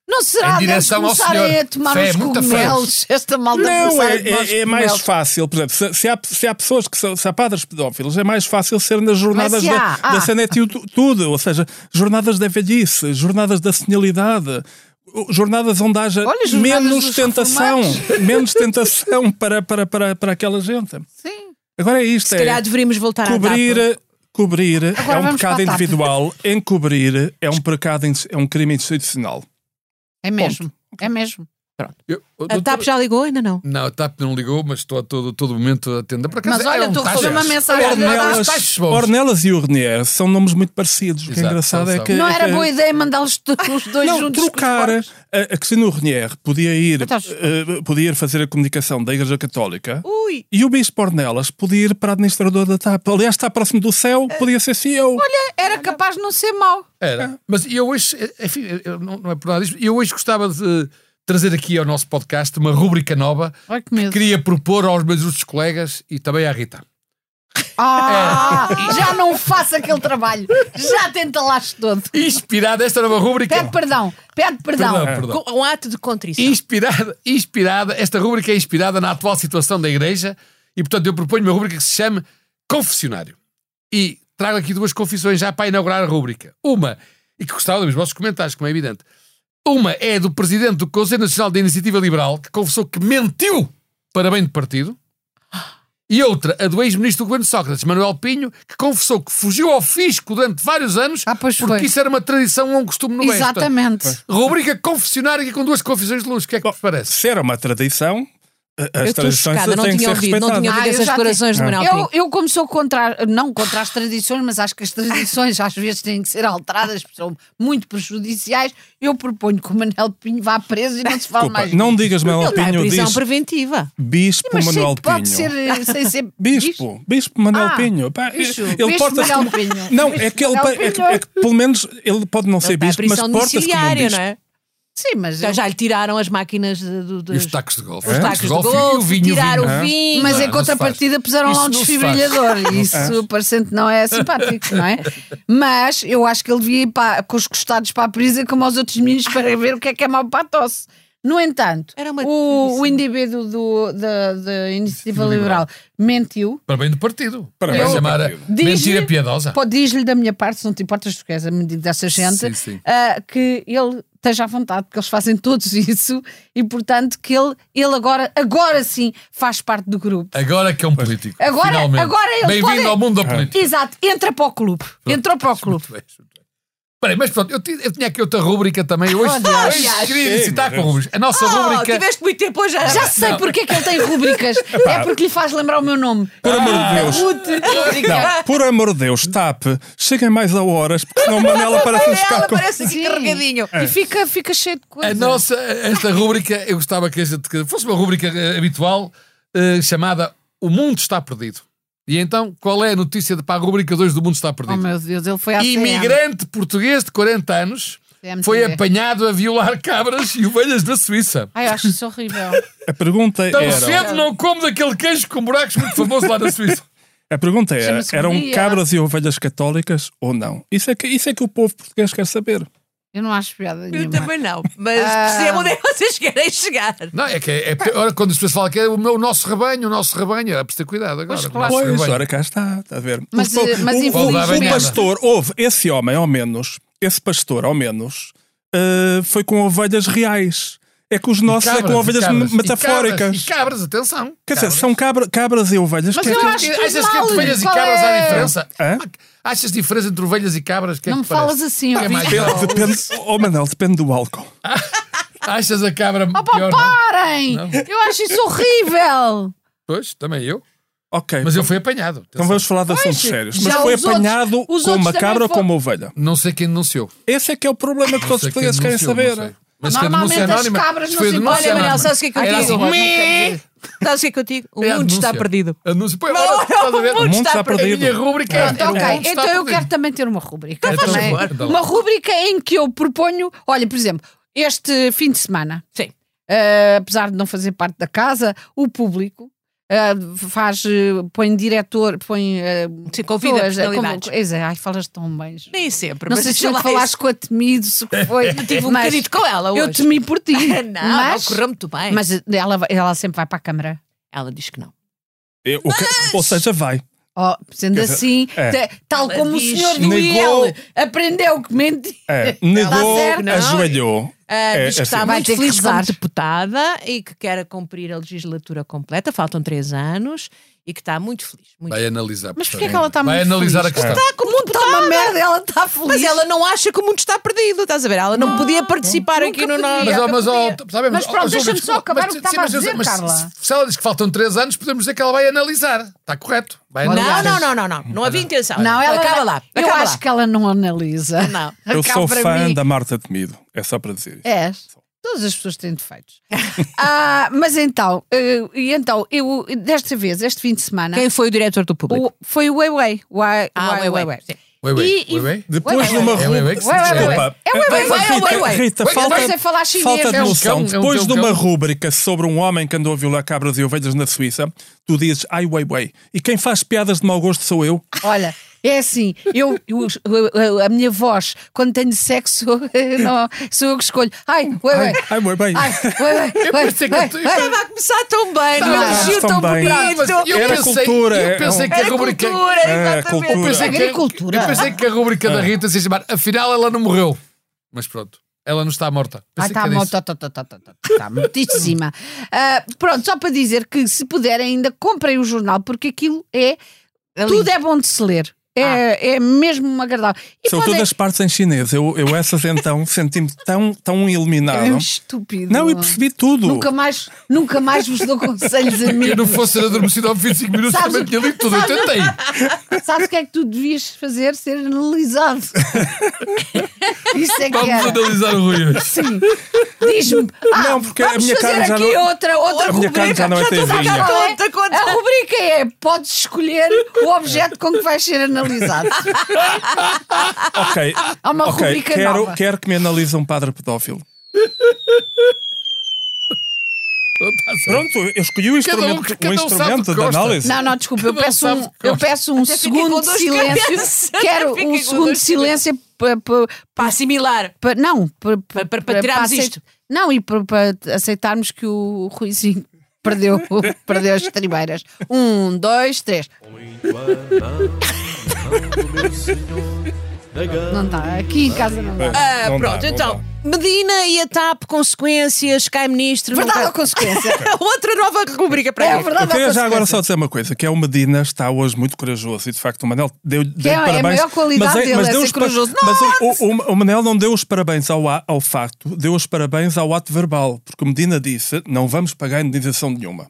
Speaker 1: Não será
Speaker 3: Em
Speaker 1: deles
Speaker 3: direção ao
Speaker 1: começarem
Speaker 3: senhor.
Speaker 1: a tomar
Speaker 3: Fé,
Speaker 1: uns
Speaker 3: muita fé.
Speaker 1: cogumelos? Esta malta
Speaker 4: Não,
Speaker 1: começar a
Speaker 4: é,
Speaker 1: tomar uns
Speaker 4: é- é mais
Speaker 1: cogumelos.
Speaker 4: fácil, por exemplo, se, se há, se há pessoas que são, se há padres pedófilos, é mais fácil ser nas jornadas
Speaker 1: se
Speaker 4: da,
Speaker 1: há, ah.
Speaker 4: da
Speaker 1: há.
Speaker 4: senetitude, ou seja, jornadas da velhice, jornadas da senilidade, o- jornadas onde haja
Speaker 1: Olha, jornadas
Speaker 4: menos
Speaker 1: dos
Speaker 4: tentação, menos tentação para, para, para, para aquela gente.
Speaker 1: Sim.
Speaker 4: Agora é isto,
Speaker 2: Se
Speaker 4: é
Speaker 2: calhar deveríamos voltar à
Speaker 4: cobrir, cobrir
Speaker 1: Agora
Speaker 4: é um
Speaker 1: vamos para
Speaker 4: pecado
Speaker 1: a TAP.
Speaker 4: individual, encobrir é um pecado, ins- é um crime institucional.
Speaker 1: É mesmo. É mesmo.
Speaker 2: TAP. A TAP já ligou? Ainda não.
Speaker 3: Não, a TAP não ligou, mas estou a todo, todo momento a atender. Por acaso, é um
Speaker 1: Mas olha,
Speaker 3: eram
Speaker 1: tu recebes
Speaker 3: taxas.
Speaker 1: uma mensagem
Speaker 3: Eram
Speaker 1: da TAP.
Speaker 3: taxas,
Speaker 4: Ornelas,
Speaker 3: taxas boas.
Speaker 4: Ornelas e Ornier são nomes muito parecidos. o que é
Speaker 3: Exato,
Speaker 4: engraçado
Speaker 3: são,
Speaker 4: é
Speaker 3: são.
Speaker 4: que.
Speaker 1: Não
Speaker 4: é
Speaker 1: era
Speaker 4: que-
Speaker 1: boa ideia mandá-los t- os dois
Speaker 4: Não,
Speaker 1: juntos. com os
Speaker 4: trocar.
Speaker 1: porcos?
Speaker 4: A, a Cristina Renier podia ir,
Speaker 1: Então, Uh. acho-
Speaker 4: eh, podia ir fazer a comunicação da Igreja Católica
Speaker 2: Ui.
Speaker 4: e o Bispo Ornelas podia ir para administrador da TAP. Aliás, está próximo do
Speaker 1: Eh,
Speaker 4: céu, podia ser CEO.
Speaker 1: Era capaz de não ser mau.
Speaker 3: Era. Ah. Mas eu hoje, enfim, eu não, não é por nada disto, eu hoje gostava de trazer aqui ao nosso podcast uma rúbrica nova
Speaker 1: Ai que medo.
Speaker 3: queria propor aos meus outros colegas e também à Rita.
Speaker 1: Ah, já não faço aquele trabalho. Já tenta lá todo.
Speaker 3: Inspirada, esta nova
Speaker 1: Pede
Speaker 3: rúbrica.
Speaker 1: perdão. Pede perdão.
Speaker 3: Perdão, perdão.
Speaker 2: Com- Um ato de contrição.
Speaker 3: Inspirada, inspirada, esta rúbrica é inspirada na atual situação da Igreja e, portanto, eu proponho uma rúbrica que se chama Confessionário. E trago aqui duas confissões já para inaugurar a rúbrica. Uma, e que gostava dos vossos comentários, como é evidente. Uma é do presidente do Conselho Nacional da Iniciativa Liberal, que confessou que mentiu para bem de partido. E outra, a do ex-ministro do governo de Sócrates, Manuel Pinho, que confessou que fugiu ao fisco durante vários anos
Speaker 1: Ah, pois
Speaker 3: porque
Speaker 1: foi.
Speaker 3: isso era uma tradição ou um costume no Oeste.
Speaker 1: É. Exatamente.
Speaker 3: Rubrica confessionária aqui com duas confissões de luz. O que é que vos parece?
Speaker 4: Se era uma tradição, eh, as
Speaker 2: Eu estou
Speaker 4: tradições
Speaker 2: chocada, não
Speaker 4: têm que
Speaker 2: tinha
Speaker 4: ser
Speaker 2: ouvido, não
Speaker 4: respeitadas.
Speaker 2: tinha ouvido
Speaker 1: Ah, eu
Speaker 2: essas
Speaker 1: já
Speaker 2: declarações de
Speaker 4: tinha-
Speaker 2: Manuel
Speaker 1: Eu,
Speaker 2: Pinto.
Speaker 1: eu como sou contra, não contra as tradições, mas acho que as tradições às vezes têm que ser alteradas, porque são muito prejudiciais. Eu proponho que o Manel Pinho vá preso e não se fale
Speaker 4: Desculpa,
Speaker 1: mais.
Speaker 4: não
Speaker 1: nisso.
Speaker 4: digas
Speaker 2: Ele
Speaker 4: Manuel
Speaker 2: está em
Speaker 4: Pinho,
Speaker 2: prisão
Speaker 4: diz
Speaker 2: preventiva.
Speaker 4: Bispo
Speaker 1: mas
Speaker 4: Manuel
Speaker 1: sim, pode
Speaker 4: Pinho.
Speaker 1: ser eh, sem ser
Speaker 4: Bispo, Bispo Manuel
Speaker 1: Ah,
Speaker 4: Pinho. Pá,
Speaker 1: bicho,
Speaker 4: ele
Speaker 1: bispo
Speaker 4: porta-se
Speaker 1: Manuel
Speaker 4: como...
Speaker 1: Pinho.
Speaker 4: Não,
Speaker 1: Bispo
Speaker 4: é que ele
Speaker 1: Manuel
Speaker 4: é que-
Speaker 1: Pinho.
Speaker 4: é que pelo menos ele pode não ser
Speaker 2: Está tá em
Speaker 4: bispo, mas
Speaker 2: prisão
Speaker 4: porta-se como um
Speaker 2: domiciliária,
Speaker 4: bispo.
Speaker 2: não é?
Speaker 1: Sim, mas.
Speaker 2: Já,
Speaker 1: eu-
Speaker 2: já lhe tiraram as máquinas de- do-
Speaker 3: E os
Speaker 2: dos-
Speaker 3: tacos de golfe.
Speaker 2: os
Speaker 3: Os
Speaker 2: tacos
Speaker 3: tacos
Speaker 2: de
Speaker 3: e o
Speaker 2: golfe,
Speaker 3: vinho.
Speaker 2: tirar o
Speaker 3: vinho.
Speaker 2: vinho.
Speaker 1: Mas em
Speaker 3: não se faz.
Speaker 1: contrapartida puseram
Speaker 3: Isso
Speaker 1: lá um
Speaker 3: não se faz.
Speaker 1: desfibrilhador. e Isso parecendo não é simpático, não é? Mas eu acho que ele devia ir para- com os costados para a prisa, como aos outros meninos, para ver o que é que é mau para a tosse. No entanto,
Speaker 2: Era uma
Speaker 1: o,
Speaker 2: delícia.
Speaker 1: o indivíduo do, da, da Iniciativa Liberal mentiu.
Speaker 3: Para bem do partido. Para
Speaker 4: Parabéns
Speaker 3: bem
Speaker 4: ao
Speaker 3: chamar a
Speaker 4: partido.
Speaker 1: Diz-lhe-
Speaker 3: mentira piedosa.
Speaker 1: Pô, Diz-lhe da minha parte, se não te importas, tu que és amigo dessa gente,
Speaker 3: Sim, sim.
Speaker 1: ah, que ele esteja à vontade, porque eles fazem todos isso e, portanto, que ele, ele agora, agora sim faz parte do grupo.
Speaker 3: Agora que é um político.
Speaker 1: Agora-
Speaker 3: finalmente.
Speaker 1: agora ele
Speaker 3: Bem-vindo
Speaker 1: pode-
Speaker 3: ao mundo da política.
Speaker 1: Exato, entra para o clube. Entrou para o clube.
Speaker 3: Muito bem, muito bem. Peraí, mas pronto, eu, ti- eu tinha aqui outra rúbrica também. Hoje, hoje
Speaker 2: aliás.
Speaker 3: queria visitar com
Speaker 4: Sim,
Speaker 3: rúbricas. A nossa
Speaker 2: Oh,
Speaker 3: rúbrica.
Speaker 2: tiveste muito tempo hoje.
Speaker 1: Já sei porque é que ele tem rubricas. é porque lhe faz lembrar o meu nome. Ah,
Speaker 4: Por amor de Deus.
Speaker 1: Ruth. assim
Speaker 4: Não, Ah, por amor de Deus, TAP, cheguem mais a horas, porque senão Manela parece um
Speaker 2: Olha,
Speaker 4: uns
Speaker 2: ela
Speaker 4: cacos.
Speaker 2: parece aqui
Speaker 1: Sim.
Speaker 2: carregadinho.
Speaker 1: assim E fica, fica cheio de coisa.
Speaker 3: É. A nossa, esta rúbrica, eu gostava que a gente que fosse uma rúbrica eh, habitual eh, chamada O Mundo Está Perdido. E então, qual é a notícia de, para a rúbrica 2 do Mundo Está
Speaker 1: Oh
Speaker 3: Perdido?
Speaker 1: meu Deus, ele foi à CM.
Speaker 3: Imigrante português de 40 anos
Speaker 1: CMTV.
Speaker 3: foi apanhado a violar cabras e ovelhas da Suíça.
Speaker 1: Ai, eu acho isso horrível.
Speaker 4: A pergunta
Speaker 3: Tão
Speaker 4: era.
Speaker 3: cedo não como daquele queijo com buracos muito famoso lá na Suíça.
Speaker 4: A pergunta era:
Speaker 1: Chama-se
Speaker 4: eram
Speaker 1: Maria.
Speaker 4: cabras e ovelhas católicas ou não? Isso é que, isso é que o povo português quer saber.
Speaker 1: Eu não acho piada
Speaker 2: Eu
Speaker 1: nenhuma.
Speaker 2: também não, mas percebo onde é que vocês querem chegar.
Speaker 3: Não, é que é, é pior quando as pessoas falam que é o, meu, o nosso rebanho, o nosso rebanho, é preciso ter cuidado agora.
Speaker 1: Pois,
Speaker 3: o
Speaker 1: claro.
Speaker 3: nosso
Speaker 4: Pois,
Speaker 3: rebanho.
Speaker 4: ora cá está, está a ver.
Speaker 1: Mas,
Speaker 4: o,
Speaker 1: eh, mas
Speaker 4: o-
Speaker 1: infelizmente-
Speaker 4: o pastor, houve, esse homem ao menos, esse pastor ao menos, eh, foi com ovelhas reais. É que os nossos é
Speaker 3: Cabras,
Speaker 4: com ovelhas
Speaker 3: e cabras,
Speaker 4: metafóricas.
Speaker 3: E cabras, e cabras, atenção.
Speaker 4: Quer dizer,
Speaker 3: Cabras.
Speaker 4: são cabra- cabras e ovelhas
Speaker 1: Mas eu
Speaker 4: que é-
Speaker 1: acho que
Speaker 3: Achas
Speaker 1: mal.
Speaker 3: que entre ovelhas e
Speaker 1: Qual
Speaker 3: cabras
Speaker 1: é?
Speaker 3: há diferença?
Speaker 4: Hã?
Speaker 3: Achas diferença entre ovelhas e cabras? Que é
Speaker 1: Não
Speaker 3: que
Speaker 1: me falas
Speaker 3: parece?
Speaker 1: assim, eu
Speaker 3: Que é
Speaker 1: vi.
Speaker 3: mais
Speaker 4: Depende,
Speaker 3: grave?
Speaker 4: depende, oh Manel, depende do álcool.
Speaker 3: Achas a cabra
Speaker 1: Opa,
Speaker 3: pior? não?
Speaker 1: parem! Eu acho isso horrível!
Speaker 3: Pois, também eu.
Speaker 4: Ok,
Speaker 3: Mas eu fui apanhado.
Speaker 4: então
Speaker 3: atenção.
Speaker 4: vamos falar de assuntos sérios. Mas
Speaker 1: já
Speaker 4: foi
Speaker 1: os outros-
Speaker 4: apanhado
Speaker 1: os
Speaker 4: com
Speaker 1: outros
Speaker 4: uma
Speaker 1: também
Speaker 4: cabra ou
Speaker 1: foi-
Speaker 4: com uma ovelha?
Speaker 3: Não sei quem denunciou.
Speaker 4: Esse é que é o problema que todos os
Speaker 3: Não sei quem
Speaker 4: portugueses querem saber.
Speaker 3: denunciou,
Speaker 4: é?
Speaker 3: não sei. Mas que a
Speaker 1: Normalmente
Speaker 3: denúncia
Speaker 1: as
Speaker 3: anónima.
Speaker 1: cabras
Speaker 3: Isto
Speaker 1: não
Speaker 3: foi a
Speaker 1: se importam.
Speaker 3: denúncia
Speaker 2: Olha, Manel,
Speaker 3: anónima.
Speaker 2: sabes o que é que eu
Speaker 3: Era
Speaker 2: digo?
Speaker 3: assim,
Speaker 2: Olha,
Speaker 3: "Mim".
Speaker 2: Sabes o que é que eu digo? O
Speaker 3: É a
Speaker 2: mundo está
Speaker 3: denúncia.
Speaker 2: perdido.
Speaker 3: A denúncia. Pô,
Speaker 2: Não,
Speaker 3: agora estás a ver?
Speaker 2: não, o mundo está
Speaker 3: A
Speaker 2: perdido.
Speaker 3: minha rúbrica é.
Speaker 2: um
Speaker 1: Pronto,
Speaker 3: o
Speaker 1: ok.
Speaker 3: mundo está
Speaker 1: Então eu
Speaker 3: perdido.
Speaker 1: quero também ter uma rubrica.
Speaker 3: Então
Speaker 1: também.
Speaker 3: faz favor.
Speaker 1: Uma rubrica em que eu proponho, olha, por exemplo, este fim de semana,
Speaker 2: Sim.
Speaker 1: eh, apesar de não fazer parte da casa, o público eh, faz, eh, põe diretor, põe. eh,
Speaker 2: Sim, convida
Speaker 1: pessoas, eh, como-
Speaker 2: personalidades.
Speaker 1: Eis é, ai, falas tão bem. Ju.
Speaker 2: Nem sempre.
Speaker 1: Não
Speaker 2: mas
Speaker 1: sei se
Speaker 2: deixa
Speaker 1: tu
Speaker 2: lá
Speaker 1: falaste
Speaker 2: isso.
Speaker 1: com a temido, se que foi.
Speaker 2: Tive um
Speaker 1: mas
Speaker 2: bocadinho com ela hoje.
Speaker 1: Eu temi por ti.
Speaker 2: Não,
Speaker 1: mas,
Speaker 2: não, correu muito bem.
Speaker 1: mas ela, vai- ela sempre vai para a câmara.
Speaker 2: Ela diz que não.
Speaker 4: Eu- É, o que- Ou seja, vai.
Speaker 1: Oh, sendo assim,
Speaker 4: é.
Speaker 1: te- tal
Speaker 2: Ela
Speaker 1: como o
Speaker 2: diz,
Speaker 1: senhor do
Speaker 4: negou.
Speaker 1: IEL aprendeu que mentir.
Speaker 4: É, negou,
Speaker 1: Tá certo, não.
Speaker 4: ajoelhou.
Speaker 2: Ah,
Speaker 4: É,
Speaker 2: diz que
Speaker 4: é
Speaker 2: está
Speaker 4: assim.
Speaker 1: Vai ter que
Speaker 2: muito feliz como
Speaker 1: rezar.
Speaker 2: deputada e que quer cumprir a legislatura completa, faltam três anos, e que está muito feliz. Muito
Speaker 3: Vai analisar.
Speaker 1: Mas porquê
Speaker 3: portanto.
Speaker 1: é que ela está
Speaker 3: Vai
Speaker 1: muito
Speaker 3: analisar
Speaker 1: feliz?
Speaker 3: a questão.
Speaker 2: Está como
Speaker 1: Está
Speaker 2: deputada,
Speaker 1: uma merda, ela está feliz.
Speaker 2: mas tá ela não acha que o mundo está perdido, estás a ver? Ela não, podia participar
Speaker 1: Nunca
Speaker 2: aqui no
Speaker 1: podia.
Speaker 2: nosso.
Speaker 3: Mas, ó,
Speaker 1: Eu
Speaker 3: mas, ó,
Speaker 1: podia.
Speaker 3: sabemos,
Speaker 1: Mas
Speaker 3: ó,
Speaker 1: pronto,
Speaker 3: João,
Speaker 1: deixa-me
Speaker 3: mas-
Speaker 1: só acabar o que
Speaker 3: sim,
Speaker 1: estava a
Speaker 3: mas eu-
Speaker 1: dizer,
Speaker 3: mas se-
Speaker 1: Carla.
Speaker 3: Se ela diz que faltam 3 anos, podemos dizer que ela vai analisar. Está correto. Vai
Speaker 2: Não,
Speaker 3: analisar.
Speaker 2: não, não, não, não. Não havia intenção.
Speaker 1: Não, ela
Speaker 2: Acaba lá.
Speaker 1: Eu
Speaker 2: acaba
Speaker 1: acho
Speaker 2: lá.
Speaker 1: que ela não analisa.
Speaker 2: Não.
Speaker 4: Eu
Speaker 1: Cá
Speaker 4: sou
Speaker 1: para
Speaker 4: fã
Speaker 1: mim.
Speaker 4: da Marta Temido. É só para dizer. isso.
Speaker 1: És. Todas as pessoas têm defeitos. ah, mas então, eh, e então, eu desta vez, este fim de semana,
Speaker 2: Quem foi o diretor do público?
Speaker 1: o- foi o Weiwei. Wai,
Speaker 2: Ah, o
Speaker 1: Wai,
Speaker 2: Weiwei,
Speaker 1: Weiwei.
Speaker 2: sim.
Speaker 3: Ué, ué,
Speaker 1: E-
Speaker 3: ué, ué.
Speaker 4: Depois
Speaker 1: Ué,
Speaker 4: numa
Speaker 1: ué,
Speaker 3: ué, ué, ué,
Speaker 4: rubrica.
Speaker 3: ué, ué, ué.
Speaker 4: Desculpa.
Speaker 1: É, ué, ué,
Speaker 4: Rita,
Speaker 2: ué, ué, ué, ué.
Speaker 4: Rita,
Speaker 3: Ué,
Speaker 4: falta,
Speaker 1: eu sei falar chinês.
Speaker 4: falta de
Speaker 1: É um
Speaker 4: noção.
Speaker 3: cão, é um
Speaker 4: Depois
Speaker 3: cão,
Speaker 4: de uma
Speaker 3: cão.
Speaker 4: rúbrica sobre um homem que andou a violar cabras e ovelhas na Suíça, tu dizes ai ué, ué. E quem faz piadas de mau gosto sou eu.
Speaker 1: Olha, é assim, eu, eu- eu- a minha voz, quando tenho sexo, não, sou eu que escolho. Ai, ué, ué.
Speaker 4: Ai, ué, bem.
Speaker 1: Ai, ué, ué,
Speaker 3: Eu
Speaker 1: ué,
Speaker 3: pensei que
Speaker 1: ué,
Speaker 3: eu te-
Speaker 1: ué.
Speaker 2: Estava a começar tão bem,
Speaker 3: Estava
Speaker 2: não
Speaker 3: a
Speaker 2: elogio
Speaker 4: começar
Speaker 2: tão
Speaker 4: tão bem.
Speaker 3: Mas
Speaker 2: bonito.
Speaker 3: eu
Speaker 4: Era
Speaker 3: pensei,
Speaker 4: cultura,
Speaker 3: eu
Speaker 4: é
Speaker 3: pensei
Speaker 4: um-
Speaker 3: que a
Speaker 2: Era
Speaker 3: rubrica.
Speaker 2: cultura,
Speaker 4: É,
Speaker 2: exatamente.
Speaker 4: cultura.
Speaker 3: Eu pensei que,
Speaker 1: Agricultura.
Speaker 3: eu pensei que a rubrica da Rita se ia chamar Afinal ela não morreu. Mas pronto, ela não está morta.
Speaker 1: Ah,
Speaker 3: Pensei
Speaker 1: está
Speaker 3: que era
Speaker 1: mal,
Speaker 3: isso.
Speaker 1: tá, tá, tá, tá, tá, tá, tá, muitíssima. Ah, pronto, só para dizer que se puderem ainda comprem o jornal, porque aquilo é. Tudo é bom de se ler. É,
Speaker 3: Ah.
Speaker 1: é mesmo agradável. E é
Speaker 4: São
Speaker 1: podem-
Speaker 4: todas partes em chinês. Eu, eu essas então senti-me tão, tão
Speaker 1: É
Speaker 4: eliminado.
Speaker 1: mesmo estúpido.
Speaker 4: Não, e percebi tudo.
Speaker 1: Nunca mais, nunca mais vos dou conselhos a mim.
Speaker 3: Eu não fosse ter adormecido ao 25 minutos,
Speaker 1: Sabes
Speaker 3: também
Speaker 1: o-
Speaker 3: tinha lido tudo. um. Eu
Speaker 1: sabes o-
Speaker 3: tentei.
Speaker 1: Sabes o que é que tu devias fazer? Ser analisado. Isso é que
Speaker 3: Vamos
Speaker 1: era.
Speaker 3: analisar o Rui hoje.
Speaker 1: Sim. Diz-me. Ah,
Speaker 4: Não, porque a
Speaker 1: vamos
Speaker 4: minha
Speaker 1: fazer
Speaker 4: cara já
Speaker 1: aqui
Speaker 4: não-
Speaker 1: outra, outra
Speaker 4: A minha cara já não é
Speaker 1: rubrica.
Speaker 4: teisinha.
Speaker 1: Já não é.
Speaker 2: Conta, conta.
Speaker 1: A rubrica é: podes escolher o objeto com que vais ser analisado.
Speaker 4: Ok.
Speaker 1: Há uma
Speaker 4: ok,
Speaker 1: rubrica
Speaker 4: quero,
Speaker 1: nova.
Speaker 4: quero que me analise um padre pedófilo.
Speaker 3: Tá certo.
Speaker 4: Pronto, eu escolhi o
Speaker 3: Cada um-
Speaker 4: instrumento,
Speaker 3: cada
Speaker 4: o
Speaker 3: um sabe
Speaker 4: instrumento
Speaker 3: o que
Speaker 4: da
Speaker 3: gosta.
Speaker 4: análise.
Speaker 1: Não, não, desculpa, eu
Speaker 3: Cada um
Speaker 1: peço
Speaker 3: sabe
Speaker 1: um,
Speaker 3: que
Speaker 1: eu
Speaker 3: gosta.
Speaker 1: peço um
Speaker 2: fiquei com
Speaker 1: segundo de
Speaker 2: dor de cabeça.
Speaker 1: silêncio. Quero
Speaker 2: Fiquei
Speaker 1: um
Speaker 2: com dor
Speaker 1: segundo de
Speaker 2: de
Speaker 1: silêncio para. pa-
Speaker 2: Para assimilar.
Speaker 1: pa- não, para,
Speaker 2: Para- para- para tirarmos isto.
Speaker 1: Não, e para, para aceitarmos que o Ruizinho perdeu, perdeu as tribeiras. Um, dois, três. Não dá, aqui em casa não dá.
Speaker 2: Ah,
Speaker 4: Não dá,
Speaker 2: pronto,
Speaker 4: não
Speaker 2: então. Medina e a TAP, consequências, cai
Speaker 4: É
Speaker 2: ministro. não
Speaker 1: Verdade
Speaker 2: cai-
Speaker 1: ou consequência?
Speaker 2: é Outra nova rubrica para
Speaker 1: É
Speaker 2: ela.
Speaker 1: a verdade
Speaker 4: Eu
Speaker 1: ou
Speaker 4: queria já agora
Speaker 1: consequência?
Speaker 4: só dizer uma coisa, que é o Medina está hoje muito corajoso e de facto o Manel deu, deu
Speaker 1: é a
Speaker 4: parabéns.
Speaker 1: maior qualidade
Speaker 4: mas, é-
Speaker 1: dele,
Speaker 4: mas
Speaker 1: é
Speaker 4: deu
Speaker 1: ser
Speaker 4: os pa-
Speaker 1: corajoso.
Speaker 4: Mas o, o, o Manel não deu os parabéns ao, a- ao facto, deu os parabéns ao ato verbal, porque o Medina disse não vamos pagar indenização nenhuma.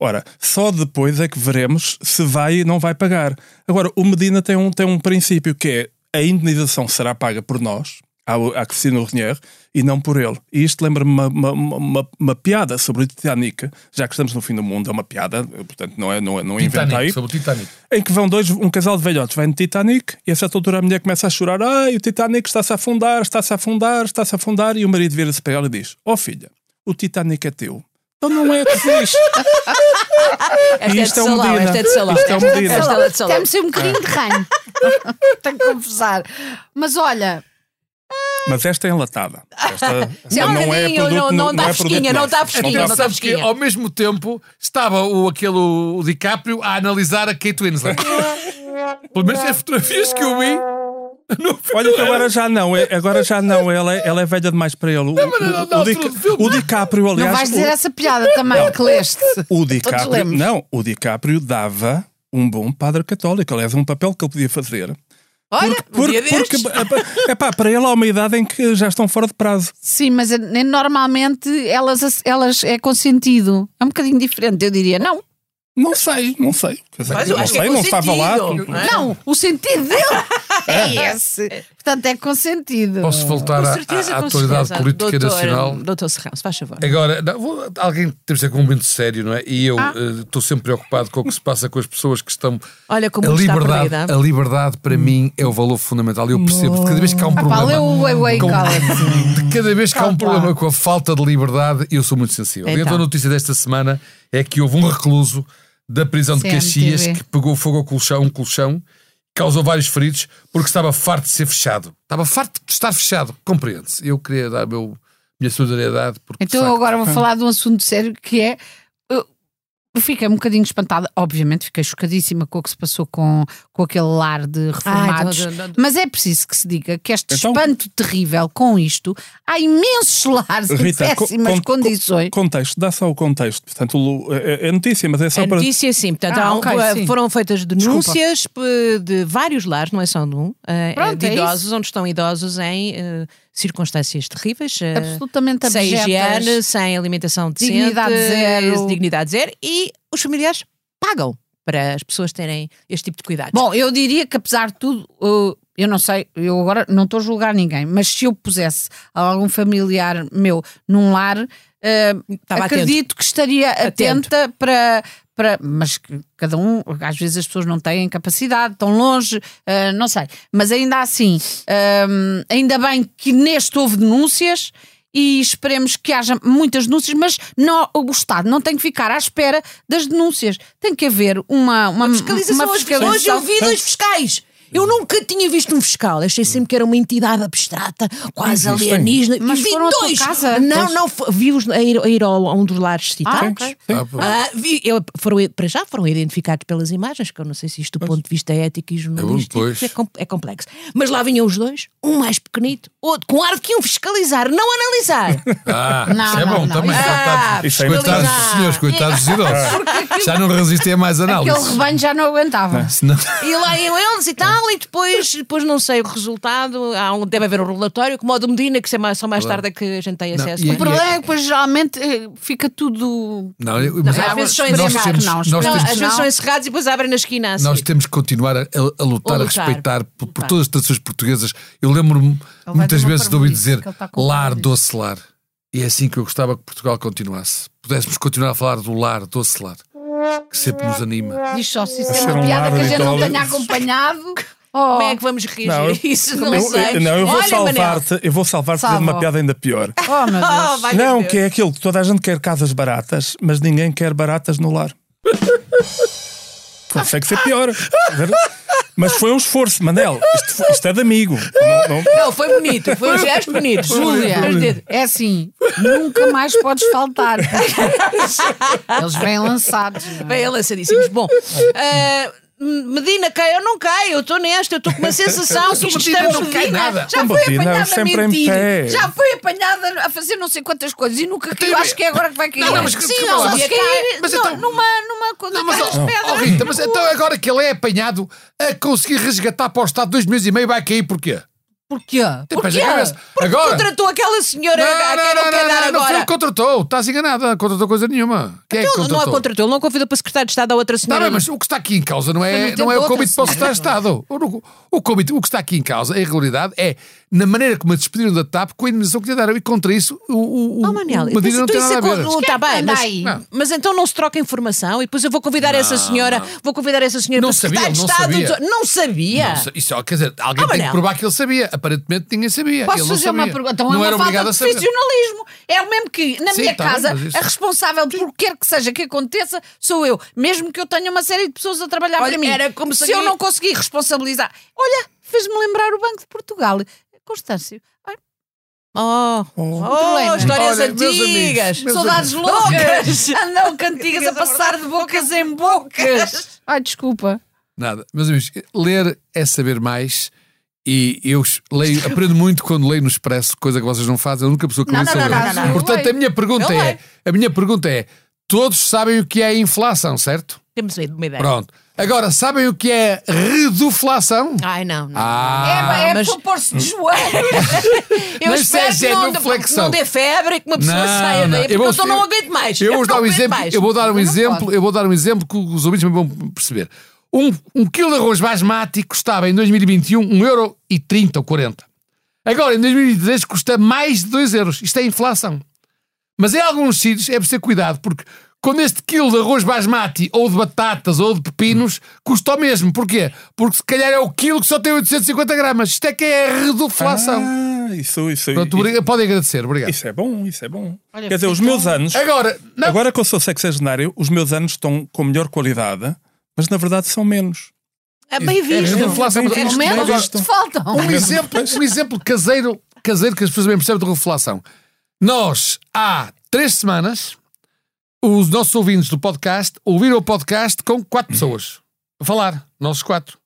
Speaker 4: Ora, só depois é que veremos se vai e não vai pagar. Agora, o Medina tem um, tem um princípio que é a indenização será paga por nós, à, à Cristina Renier, e não por ele. E isto lembra-me uma, uma, uma- uma- uma piada sobre o Titanic, já que estamos no fim do mundo, é uma piada, portanto não, é, não, é- não inventei
Speaker 3: Titanic, sobre o Titanic.
Speaker 4: em que vão dois, um casal de velhotes vai no Titanic e a certa altura a mulher começa a chorar ai, o Titanic está-se a afundar, está-se a afundar, está-se a afundar e o marido vira-se para ela e diz ó filha, o Titanic é teu. Então não é que fiz.
Speaker 2: Esta é de
Speaker 4: Isto é um
Speaker 2: salão,
Speaker 4: Medina.
Speaker 2: esta é de salão.
Speaker 4: Isto é um
Speaker 2: Esta
Speaker 4: Medina.
Speaker 2: Esta é de salão.
Speaker 1: Temos um bocadinho de ranho. Tenho que confessar. Mas olha,
Speaker 4: Mas esta é enlatada. Esta
Speaker 2: um
Speaker 4: não é
Speaker 2: bocadinho,
Speaker 4: produto
Speaker 2: não- não dá
Speaker 4: é produto
Speaker 2: fresquinha, não
Speaker 4: nosso.
Speaker 2: dá
Speaker 4: dá fresquinha.
Speaker 2: fresquinha, não dá
Speaker 3: Então, Sabes que
Speaker 2: fresquinha.
Speaker 3: ao mesmo tempo estava o, aquele o DiCaprio a analisar a Kate Winslet. Pelo menos as fotografias que eu vi. Não vi.
Speaker 4: Olha que agora já não, é- agora já não, ela é, ela é velha demais para ele. O,
Speaker 3: mas na-
Speaker 4: o-
Speaker 3: na
Speaker 4: o
Speaker 3: altura
Speaker 4: Dica-
Speaker 3: do filme.
Speaker 4: o DiCaprio, aliás,
Speaker 1: não vais
Speaker 4: o-
Speaker 1: dizer
Speaker 2: assim,
Speaker 1: essa piada também que leste.
Speaker 4: O DiCaprio,
Speaker 1: lemos.
Speaker 4: não, o DiCaprio dava um bom padre católico, aliás, um papel que ele podia fazer.
Speaker 2: Olha, um dia
Speaker 4: porque,
Speaker 2: destes.
Speaker 4: é pá, para ele há uma idade em que já estão fora de prazo.
Speaker 1: Sim, mas eh, normalmente elas, elas é consentido. É um bocadinho diferente, eu diria. Não,
Speaker 4: Não sei, não sei. Quer dizer,
Speaker 2: Mas eu
Speaker 4: não
Speaker 2: acho que é
Speaker 4: sei, não estava lá.
Speaker 2: consentido, não é?
Speaker 1: não, o sentido dele é esse. Portanto, é consentido.
Speaker 3: Posso voltar
Speaker 2: Com
Speaker 3: à-
Speaker 2: certeza,
Speaker 3: à, à
Speaker 2: com
Speaker 3: atualidade
Speaker 2: certeza.
Speaker 3: política
Speaker 2: Doutor-
Speaker 3: nacional?
Speaker 2: Doutor Serrão, se faz favor.
Speaker 3: Agora, não, vou- alguém temos de ser um momento sério, não é? E eu
Speaker 2: Ah.
Speaker 3: estou sempre preocupado com o que se passa com as pessoas que estão.
Speaker 2: Olha como
Speaker 3: a
Speaker 2: está
Speaker 3: liberdade,
Speaker 2: perdida. Hum.
Speaker 3: a liberdade para mim é o valor fundamental. Eu percebo de cada vez que há um
Speaker 1: Ah, pá,
Speaker 3: problema.
Speaker 1: lê o Wei Wei
Speaker 3: com-
Speaker 1: Cala-te.
Speaker 3: de cada vez que há um
Speaker 1: Calma.
Speaker 3: problema com a falta de liberdade, eu sou muito sensível. E então
Speaker 2: Então.
Speaker 3: a notícia desta semana é que houve um recluso da prisão de
Speaker 1: CMTV.
Speaker 3: Caxias que pegou fogo ao colchão, um colchão, causou vários feridos porque estava farto de ser fechado. Estava farto de estar fechado, compreende-se. Eu queria dar a meu, minha solidariedade porque.
Speaker 1: Então
Speaker 3: de
Speaker 1: eu
Speaker 3: facto,
Speaker 1: agora vou
Speaker 4: Hum.
Speaker 1: falar de um assunto sério que é. Eu eu fiquei um bocadinho espantada, obviamente, fiquei chocadíssima com o que se passou com, com aquele lar de reformados.
Speaker 2: Ai, então, não, não, não.
Speaker 1: Mas é preciso que se diga que este
Speaker 4: Então-
Speaker 1: espanto terrível com isto, há imensos lares em
Speaker 4: Rita, co-
Speaker 1: péssimas
Speaker 4: con- co-
Speaker 1: condições.
Speaker 4: contexto, dá só o contexto. Portanto, o- é, é notícia, mas é só
Speaker 2: A
Speaker 4: para.
Speaker 2: notícia, sim. Portanto,
Speaker 1: Ah,
Speaker 2: há um-
Speaker 1: ok,
Speaker 2: eh,
Speaker 1: sim.
Speaker 2: foram feitas denúncias pe- de vários lares, não é só de um, eh,
Speaker 1: Pronto,
Speaker 2: de
Speaker 1: é
Speaker 2: idosos, onde estão idosos em eh, circunstâncias terríveis. eh,
Speaker 1: absolutamente
Speaker 2: sem higiene,
Speaker 1: abjetas.
Speaker 2: sem alimentação decente,
Speaker 1: Dignidade zero.
Speaker 2: eh, dignidade zero, e os familiares pagam para as pessoas terem este tipo de cuidados.
Speaker 1: Bom, eu diria que apesar de tudo, uh, eu não sei, eu agora não estou a julgar ninguém, mas se eu pusesse algum familiar meu num lar, uh,
Speaker 2: Estava
Speaker 1: acredito que estaria
Speaker 2: Atento.
Speaker 1: atenta para. Para, mas que cada um, às vezes as pessoas não têm capacidade, estão longe, uh, não sei. Mas ainda assim, um, ainda bem que neste houve denúncias e esperemos que haja muitas denúncias, mas não, o Estado não tem que ficar à espera das denúncias. Tem que haver uma, uma, uma
Speaker 2: fiscalização. Hoje- Hoje eu vi dois fiscais. Eu nunca tinha visto um fiscal. Achei sempre que era uma entidade abstrata, quase
Speaker 4: Existem.
Speaker 2: alienígena. E
Speaker 1: Mas
Speaker 2: vi
Speaker 1: foram à tua
Speaker 2: dois.
Speaker 1: casa?
Speaker 2: Não,
Speaker 1: Pois.
Speaker 2: não. fo- Vi-os a ir, a ir ao- a um dos lares citados.
Speaker 1: ok.
Speaker 3: Ah, pô.
Speaker 2: Ah, vi- eu- foram, para já foram identificados pelas imagens, que eu não sei se isto do ponto de vista ético e jornalístico
Speaker 3: pois.
Speaker 2: é, com- é complexo. Mas lá vinham os dois, um mais pequenito, outro com ar de que iam fiscalizar, não analisar.
Speaker 3: Ah,
Speaker 1: Não,
Speaker 3: isso é
Speaker 1: não,
Speaker 3: bom
Speaker 1: não.
Speaker 3: também.
Speaker 1: Ah,
Speaker 3: coitados-
Speaker 4: isso é
Speaker 3: coitados
Speaker 2: verdade.
Speaker 3: dos senhores, coitados dos idosos. Já não resistem a mais
Speaker 1: Aquele
Speaker 3: análise.
Speaker 1: rebanho já não aguentava.
Speaker 3: Senão-
Speaker 2: E lá iam eles e tal, e depois, depois não sei o resultado. Há um, deve haver um relatório, como o de Medina, que isso é mais- só mais tarde é que a gente tem acesso.
Speaker 3: e-
Speaker 1: O problema é que depois geralmente eh, fica tudo.
Speaker 3: Não, eu- mas
Speaker 1: às
Speaker 3: há-
Speaker 1: vezes são
Speaker 3: nós
Speaker 1: encerrados,
Speaker 3: temos-
Speaker 1: não,
Speaker 3: nós
Speaker 1: não,
Speaker 2: Não,
Speaker 3: temos-
Speaker 2: às
Speaker 1: Não.
Speaker 2: vezes são encerrados e depois abrem na esquina assim. a
Speaker 3: Nós
Speaker 2: seguir.
Speaker 3: temos que continuar a, a- a lutar,
Speaker 2: A
Speaker 3: a
Speaker 2: lutar.
Speaker 3: respeitar por, por todas as tradições portuguesas. Eu lembro-me
Speaker 1: vai
Speaker 3: muitas
Speaker 1: ter uma
Speaker 3: vezes de ouvir
Speaker 1: parvoíce,
Speaker 3: dizer
Speaker 1: que ele está com
Speaker 3: lar,
Speaker 1: parvoíce.
Speaker 3: doce lar. E é assim que eu gostava que Portugal continuasse. Pudéssemos continuar a falar do lar, doce lar, que sempre nos anima.
Speaker 1: Diz só se isso
Speaker 4: Vai
Speaker 1: é
Speaker 4: ser
Speaker 1: uma
Speaker 4: um
Speaker 1: piada
Speaker 4: lar
Speaker 1: que a gente não
Speaker 4: habitual.
Speaker 1: tenha acompanhado Oh.
Speaker 2: Como é que vamos reagir
Speaker 4: Não,
Speaker 2: a
Speaker 4: eu-
Speaker 2: isso? Não
Speaker 4: eu,
Speaker 2: sei.
Speaker 4: eu- não, eu vou
Speaker 2: Olha, Manel.
Speaker 4: salvar-te, eu vou salvar-te
Speaker 1: Salva.
Speaker 4: de uma piada ainda pior.
Speaker 1: Oh, meu
Speaker 2: Oh,
Speaker 3: Ah,
Speaker 1: Deus.
Speaker 2: vai
Speaker 4: não,
Speaker 2: Deus.
Speaker 4: que é aquilo que toda a gente quer casas baratas, mas ninguém quer baratas no lar. Consegue ser pior. é Mas foi um esforço, Manel. Isto, foi- isto é de amigo. Não- não-
Speaker 2: Não, foi bonito, foi um gesto bonito.
Speaker 1: Júlia,
Speaker 2: Mas de-
Speaker 1: é assim, nunca mais podes faltar. Eles vêm lançados. não é?
Speaker 2: Bem, lançadíssimos. Bom, ah, Medina cai, eu não caio, eu estou nesta, eu estou com uma sensação que isto é um
Speaker 3: Medina
Speaker 2: estamos
Speaker 3: não cai nada.
Speaker 1: Já
Speaker 4: Não,
Speaker 1: foi
Speaker 4: Medina,
Speaker 1: apanhada a
Speaker 4: sempre em pé.
Speaker 1: mentir. Já foi apanhada a fazer não sei quantas coisas e nunca caiu.
Speaker 3: Então,
Speaker 1: Acho que é agora que vai cair.
Speaker 3: Não, não, mas que-
Speaker 1: Sim,
Speaker 3: que-
Speaker 1: ela
Speaker 3: mas-
Speaker 1: vai cair
Speaker 3: mas
Speaker 1: no-
Speaker 3: então-
Speaker 1: numa, numa coisa
Speaker 3: Não, mas,
Speaker 1: daquelas
Speaker 3: ó,
Speaker 1: pedras.
Speaker 3: ó, Rita, mas então agora que ele é apanhado a conseguir resgatar para o Estado dois meses e meio vai cair porquê?
Speaker 1: Porquê?
Speaker 3: Tipo,
Speaker 1: Porquê?
Speaker 3: já começa- Agora.
Speaker 2: Contratou aquela senhora a quem não,
Speaker 3: não,
Speaker 2: quer
Speaker 3: não, não,
Speaker 2: dar
Speaker 3: não foi um
Speaker 2: agora.
Speaker 3: ele que contratou. Estás enganada, não contratou coisa nenhuma. Quem é que
Speaker 2: Ele não a
Speaker 3: contratou?
Speaker 2: contratou, ele não convidou para secretário de Estado a outra
Speaker 3: Está
Speaker 2: senhora.
Speaker 3: bem, mas o que está aqui em causa não
Speaker 1: Mas
Speaker 3: é,
Speaker 1: não
Speaker 3: não é o
Speaker 1: tentou
Speaker 3: convite para o
Speaker 1: outra
Speaker 3: secretário de
Speaker 1: é?
Speaker 3: Estado. O, o convite, o que está aqui em causa, em realidade, é na maneira como a despediram da TAP com a indemnização que lhe deram. E contra isso, o, o, o-
Speaker 2: Oh, Manel,
Speaker 3: o Medina não tem
Speaker 1: é
Speaker 3: nada a ver.
Speaker 2: Está tá bem,
Speaker 1: Anda
Speaker 2: mas,
Speaker 1: aí.
Speaker 3: Não.
Speaker 2: mas então não se troca informação e depois eu vou convidar essa senhora, vou convidar essa senhora
Speaker 3: Não
Speaker 2: para
Speaker 3: sabia,
Speaker 2: secretário de
Speaker 3: não
Speaker 2: Estado.
Speaker 3: sabia.
Speaker 2: Não sabia.
Speaker 3: Não sei, Isso, quer dizer, alguém
Speaker 2: Ah,
Speaker 3: tem
Speaker 2: Manel.
Speaker 3: que provar que ele sabia. Aparentemente ninguém sabia.
Speaker 1: Posso
Speaker 3: ele não
Speaker 1: fazer uma
Speaker 3: sabia.
Speaker 1: pergunta? Então
Speaker 3: não
Speaker 1: é
Speaker 3: era
Speaker 1: uma falta
Speaker 3: obrigado
Speaker 1: de
Speaker 3: a saber.
Speaker 1: profissionalismo. É o mesmo que na
Speaker 3: Sim,
Speaker 1: minha
Speaker 3: está bem,
Speaker 1: casa,
Speaker 3: mas isso-
Speaker 1: a responsável por quer que seja que aconteça sou eu. Mesmo que eu tenha uma série de pessoas a trabalhar
Speaker 2: Olha,
Speaker 1: para mim.
Speaker 2: era como se
Speaker 1: se eu
Speaker 2: alguém-
Speaker 1: não conseguir responsabilizar. Olha, fez-me lembrar o Banco de Portugal. Constâncio, ai,
Speaker 2: Oh,
Speaker 1: problema.
Speaker 2: oh histórias
Speaker 3: Olha, meus
Speaker 2: antigas.
Speaker 3: amigos, meus
Speaker 1: saudades
Speaker 2: amigos.
Speaker 1: loucas!
Speaker 2: Loucas!
Speaker 1: Andam cantigas a passar de bocas em bocas. Ai, desculpa.
Speaker 3: Nada. Meus amigos, ler é saber mais. E eu leio, aprendo muito quando leio no Expresso, coisa que vocês não fazem, a única pessoa que
Speaker 1: Não,
Speaker 3: lê
Speaker 1: não,
Speaker 3: sou
Speaker 1: não,
Speaker 3: eu.
Speaker 1: não, não, não.
Speaker 3: Portanto, a minha pergunta
Speaker 2: Eu
Speaker 3: é:
Speaker 2: leio.
Speaker 3: a minha pergunta é: todos sabem o que é a inflação, certo?
Speaker 2: Temos uma ideia.
Speaker 3: Pronto. Agora, sabem o que é reduflação?
Speaker 2: Ai, não, não.
Speaker 3: Ah!
Speaker 1: é é
Speaker 2: É, mas-
Speaker 1: para pôr-se de joelhos.
Speaker 2: Eu
Speaker 3: Mas
Speaker 2: espero
Speaker 3: isso é
Speaker 2: que não, que
Speaker 3: genuflexão.
Speaker 2: não dê febre e que uma pessoa
Speaker 3: Não,
Speaker 2: saia
Speaker 3: não.
Speaker 2: daí, porque
Speaker 3: Eu
Speaker 2: eu,
Speaker 3: vou-
Speaker 2: só não aguento mais.
Speaker 3: Eu vou
Speaker 2: não
Speaker 3: dar um
Speaker 2: aguento
Speaker 3: exemplo,
Speaker 2: mais. É
Speaker 3: eu vou dar um
Speaker 1: Não
Speaker 3: exemplo,
Speaker 1: pode.
Speaker 3: eu vou dar um exemplo que os ouvintes também vão perceber. Um, um quilo de arroz basmati custava em 2021 1 euro e 30 ou 40. Agora, em 2023 custa mais de 2 euros. Isto é inflação. Mas em alguns sítios é preciso ter cuidado, porque quando este quilo de arroz basmati, ou de batatas, ou de pepinos, custa o mesmo. Porquê? Porque se calhar é o quilo que só tem 850 gramas. Isto é que é a reduflação.
Speaker 4: Ah, isso, isso,
Speaker 3: Pronto,
Speaker 4: isso,
Speaker 3: obriga- podem agradecer. Obrigado.
Speaker 4: isso é bom, isso é bom. Quer dizer, os
Speaker 2: então-
Speaker 4: meus anos,
Speaker 3: Agora, não,
Speaker 4: agora que eu sou sexagenário, os meus anos estão com melhor qualidade, mas na verdade são menos.
Speaker 2: Ah, bem
Speaker 3: É
Speaker 2: visto.
Speaker 3: reduflação.
Speaker 4: Bem
Speaker 1: Pelo
Speaker 4: visto, bem
Speaker 1: menos
Speaker 4: visto.
Speaker 1: te faltam.
Speaker 3: Um exemplo, um exemplo caseiro, caseiro que as pessoas bem percebem de reflação. Nós, há três semanas, os nossos ouvintes do podcast ouviram o podcast com quatro pessoas a falar, nós quatro.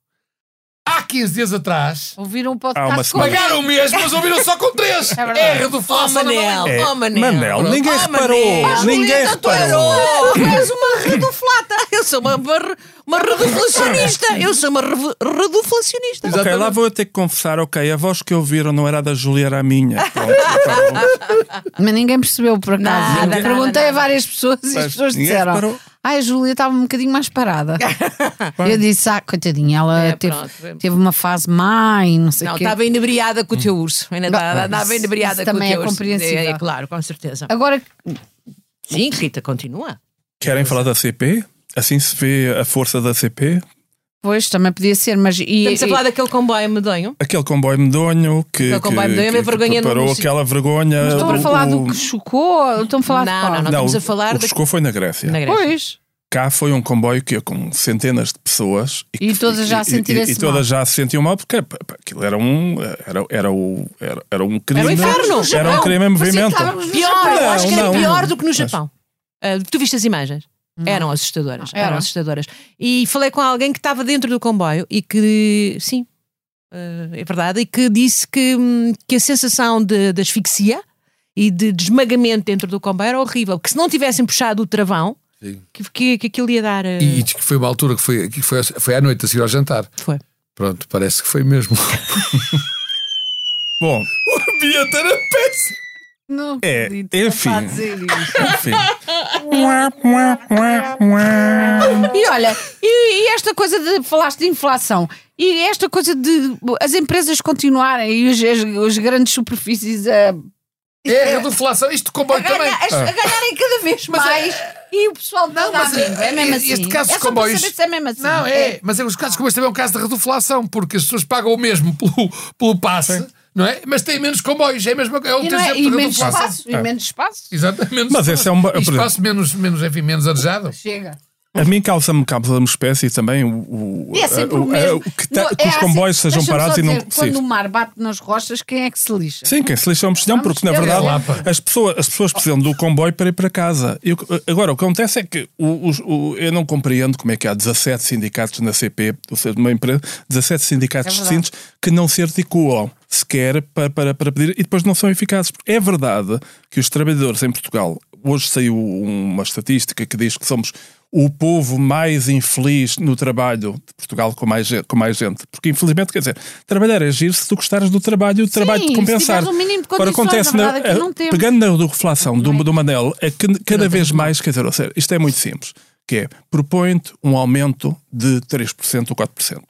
Speaker 3: Há 15 dias atrás,
Speaker 1: Ouviram um
Speaker 4: Há uma
Speaker 1: podcast com
Speaker 4: semana.
Speaker 3: pagaram o mesmo, mas ouviram só com três. É
Speaker 1: verdade.
Speaker 3: Erra do
Speaker 2: Oh,
Speaker 3: Flação.
Speaker 2: Manel.
Speaker 4: É,
Speaker 2: Oh, Manel.
Speaker 4: ninguém
Speaker 2: Oh,
Speaker 4: reparou.
Speaker 2: Manel.
Speaker 4: Ninguém
Speaker 2: Então tu és-
Speaker 4: reparou.
Speaker 2: Oh, tu és uma reduflata. Eu sou uma, uma, re- uma reduflacionista. Eu sou uma revu- reduflacionista.
Speaker 4: Ok, lá vou eu ter que confessar, ok, a voz que ouviram não era a da Júlia, era a minha. Pronto, tá bom.
Speaker 1: Mas ninguém percebeu por acaso.
Speaker 2: Nada,
Speaker 1: Eu
Speaker 2: nada,
Speaker 1: Perguntei
Speaker 2: nada.
Speaker 1: a várias pessoas e as
Speaker 4: Mas
Speaker 1: pessoas
Speaker 4: ninguém
Speaker 1: disseram:
Speaker 4: reparou.
Speaker 1: Ai, a Júlia estava um bocadinho mais parada. Eu disse: Ah, coitadinha, ela
Speaker 2: É,
Speaker 1: teve,
Speaker 2: pronto, foi-
Speaker 1: teve uma fase má e não sei o
Speaker 2: Não,
Speaker 1: quê.
Speaker 2: estava inebriada com o teu urso. Ainda
Speaker 1: Não,
Speaker 2: estava
Speaker 1: isso- isso
Speaker 2: inebriada com o teu
Speaker 1: também é
Speaker 2: urso.
Speaker 1: compreensível.
Speaker 2: É, é claro, com certeza.
Speaker 1: Agora,
Speaker 2: Sim, Rita, continua.
Speaker 4: Querem falar da CP? Assim se vê a força da CP?
Speaker 1: pois, também podia ser, mas. E,
Speaker 2: Estamos a
Speaker 1: e-
Speaker 2: falar daquele comboio medonho.
Speaker 4: Aquele comboio medonho que,
Speaker 2: Aquele
Speaker 4: que,
Speaker 2: comboio medonho é
Speaker 4: que, que
Speaker 2: vergonha no-
Speaker 4: preparou
Speaker 2: no-
Speaker 4: aquela vergonha.
Speaker 1: mas estão a falar do que chocou? Estão a falar de
Speaker 2: Não,
Speaker 1: qual?
Speaker 2: não, não. estamos
Speaker 4: o-
Speaker 2: a falar
Speaker 4: o
Speaker 2: da-
Speaker 4: que chegou foi na Grécia.
Speaker 2: Na Grécia.
Speaker 1: Pois.
Speaker 4: Cá foi um comboio que ia com centenas de pessoas
Speaker 1: E
Speaker 4: que-
Speaker 1: todas já
Speaker 4: e-
Speaker 1: sentiram-se
Speaker 4: e, e todas
Speaker 1: mal.
Speaker 4: já se sentiam mal porque pá, pá, aquilo era um era era o era, era um crime
Speaker 2: inferno!
Speaker 4: era um crime em
Speaker 1: Parecia que
Speaker 4: movimento
Speaker 1: estávamos no
Speaker 2: Pior,
Speaker 1: Japão.
Speaker 2: eu acho que era
Speaker 4: Não, não,
Speaker 2: pior
Speaker 4: não.
Speaker 2: do que no
Speaker 4: Mas-
Speaker 2: Japão. Ah, tu viste as imagens? Eram assustadoras,
Speaker 1: Era.
Speaker 2: eram assustadoras. E falei com alguém que estava dentro do comboio e que, sim, ah, é verdade, e que disse que, hum, que a sensação de, de asfixia e de, de esmagamento dentro do comboio era horrível, que se não tivessem puxado o travão,
Speaker 3: Sim.
Speaker 2: que, que, que aquilo ia dar. ah,
Speaker 3: E, e diz que foi uma altura que foi, que foi, foi à noite a seguir ao jantar.
Speaker 2: Foi.
Speaker 3: Pronto, parece que foi mesmo.
Speaker 4: bom
Speaker 3: O ambiente era péssimo.
Speaker 1: Não
Speaker 4: É,
Speaker 1: acredito que ele
Speaker 4: enfim.
Speaker 1: está a dizer isso.
Speaker 4: enfim Ué, ué, ué, ué.
Speaker 1: E olha, e, e esta coisa de falaste de inflação e esta coisa de as empresas continuarem e os- as, as grandes superfícies a
Speaker 3: É a reduflação. Isto comboio
Speaker 5: A
Speaker 3: também. Ah.
Speaker 5: ganhar- as- a ganharem cada vez mais. E o pessoal não dá
Speaker 3: mas,
Speaker 5: amigo. É mesmo
Speaker 3: este
Speaker 5: assim.
Speaker 3: caso
Speaker 5: é só
Speaker 3: dos
Speaker 5: para
Speaker 3: comboios-
Speaker 5: saber se é mesmo assim.
Speaker 3: Não, é. Mas é, os casos comboios também é um caso de reduflação, porque as pessoas pagam o mesmo pelo, pelo passe, não é? Mas têm menos comboios. É, a mesma, é o
Speaker 1: E, não
Speaker 3: terceiro
Speaker 1: é? E
Speaker 3: de
Speaker 1: menos
Speaker 3: reduflação.
Speaker 1: espaço, e menos espaço.
Speaker 3: Exatamente.
Speaker 4: Mas esse é um ba-
Speaker 3: E espaço menos, menos, enfim, menos arejado.
Speaker 1: Chega.
Speaker 4: A mim causa-me causa espécie também o, o,
Speaker 1: E é sempre
Speaker 4: o-
Speaker 1: o mesmo.
Speaker 4: o que, ta-
Speaker 1: No-
Speaker 4: que
Speaker 1: é
Speaker 4: os
Speaker 1: assim,
Speaker 4: comboios sejam
Speaker 1: deixa-me
Speaker 4: parados
Speaker 1: só
Speaker 4: e não.
Speaker 1: dizer, Quando
Speaker 4: sim.
Speaker 1: o mar bate nas rochas, quem é que se lixa?
Speaker 4: Sim, quem se lixa é um mexilhão, porque na
Speaker 1: ver.
Speaker 4: verdade
Speaker 3: Lapa.
Speaker 4: as pessoas, as pessoas precisam do comboio para ir para casa. E o que- agora, o que acontece é que o- os- o- eu não compreendo como é que há 17 sindicatos na CP, ou seja, numa empresa, 17 sindicatos
Speaker 1: É
Speaker 4: distintos que não se articulam sequer para, para, para pedir e depois não são eficazes. Porque É verdade que os trabalhadores em Portugal, hoje saiu uma estatística que diz que somos o povo mais infeliz no trabalho de Portugal com mais, gente- com mais gente. Porque, infelizmente, quer dizer, trabalhar é agir se tu gostares do trabalho e o trabalho
Speaker 1: Sim,
Speaker 4: te
Speaker 1: se
Speaker 4: compensar.
Speaker 1: tiveres um mínimo de
Speaker 4: Ora,
Speaker 1: condições,
Speaker 4: acontece
Speaker 1: na
Speaker 4: na-
Speaker 1: verdade, é que
Speaker 4: a-
Speaker 1: não temos.
Speaker 4: pegando na reflação do, do Manel, é que cada vez mais, quer dizer, ou seja, isto é muito simples, que é, propõe-te um aumento de 3% ou 4%.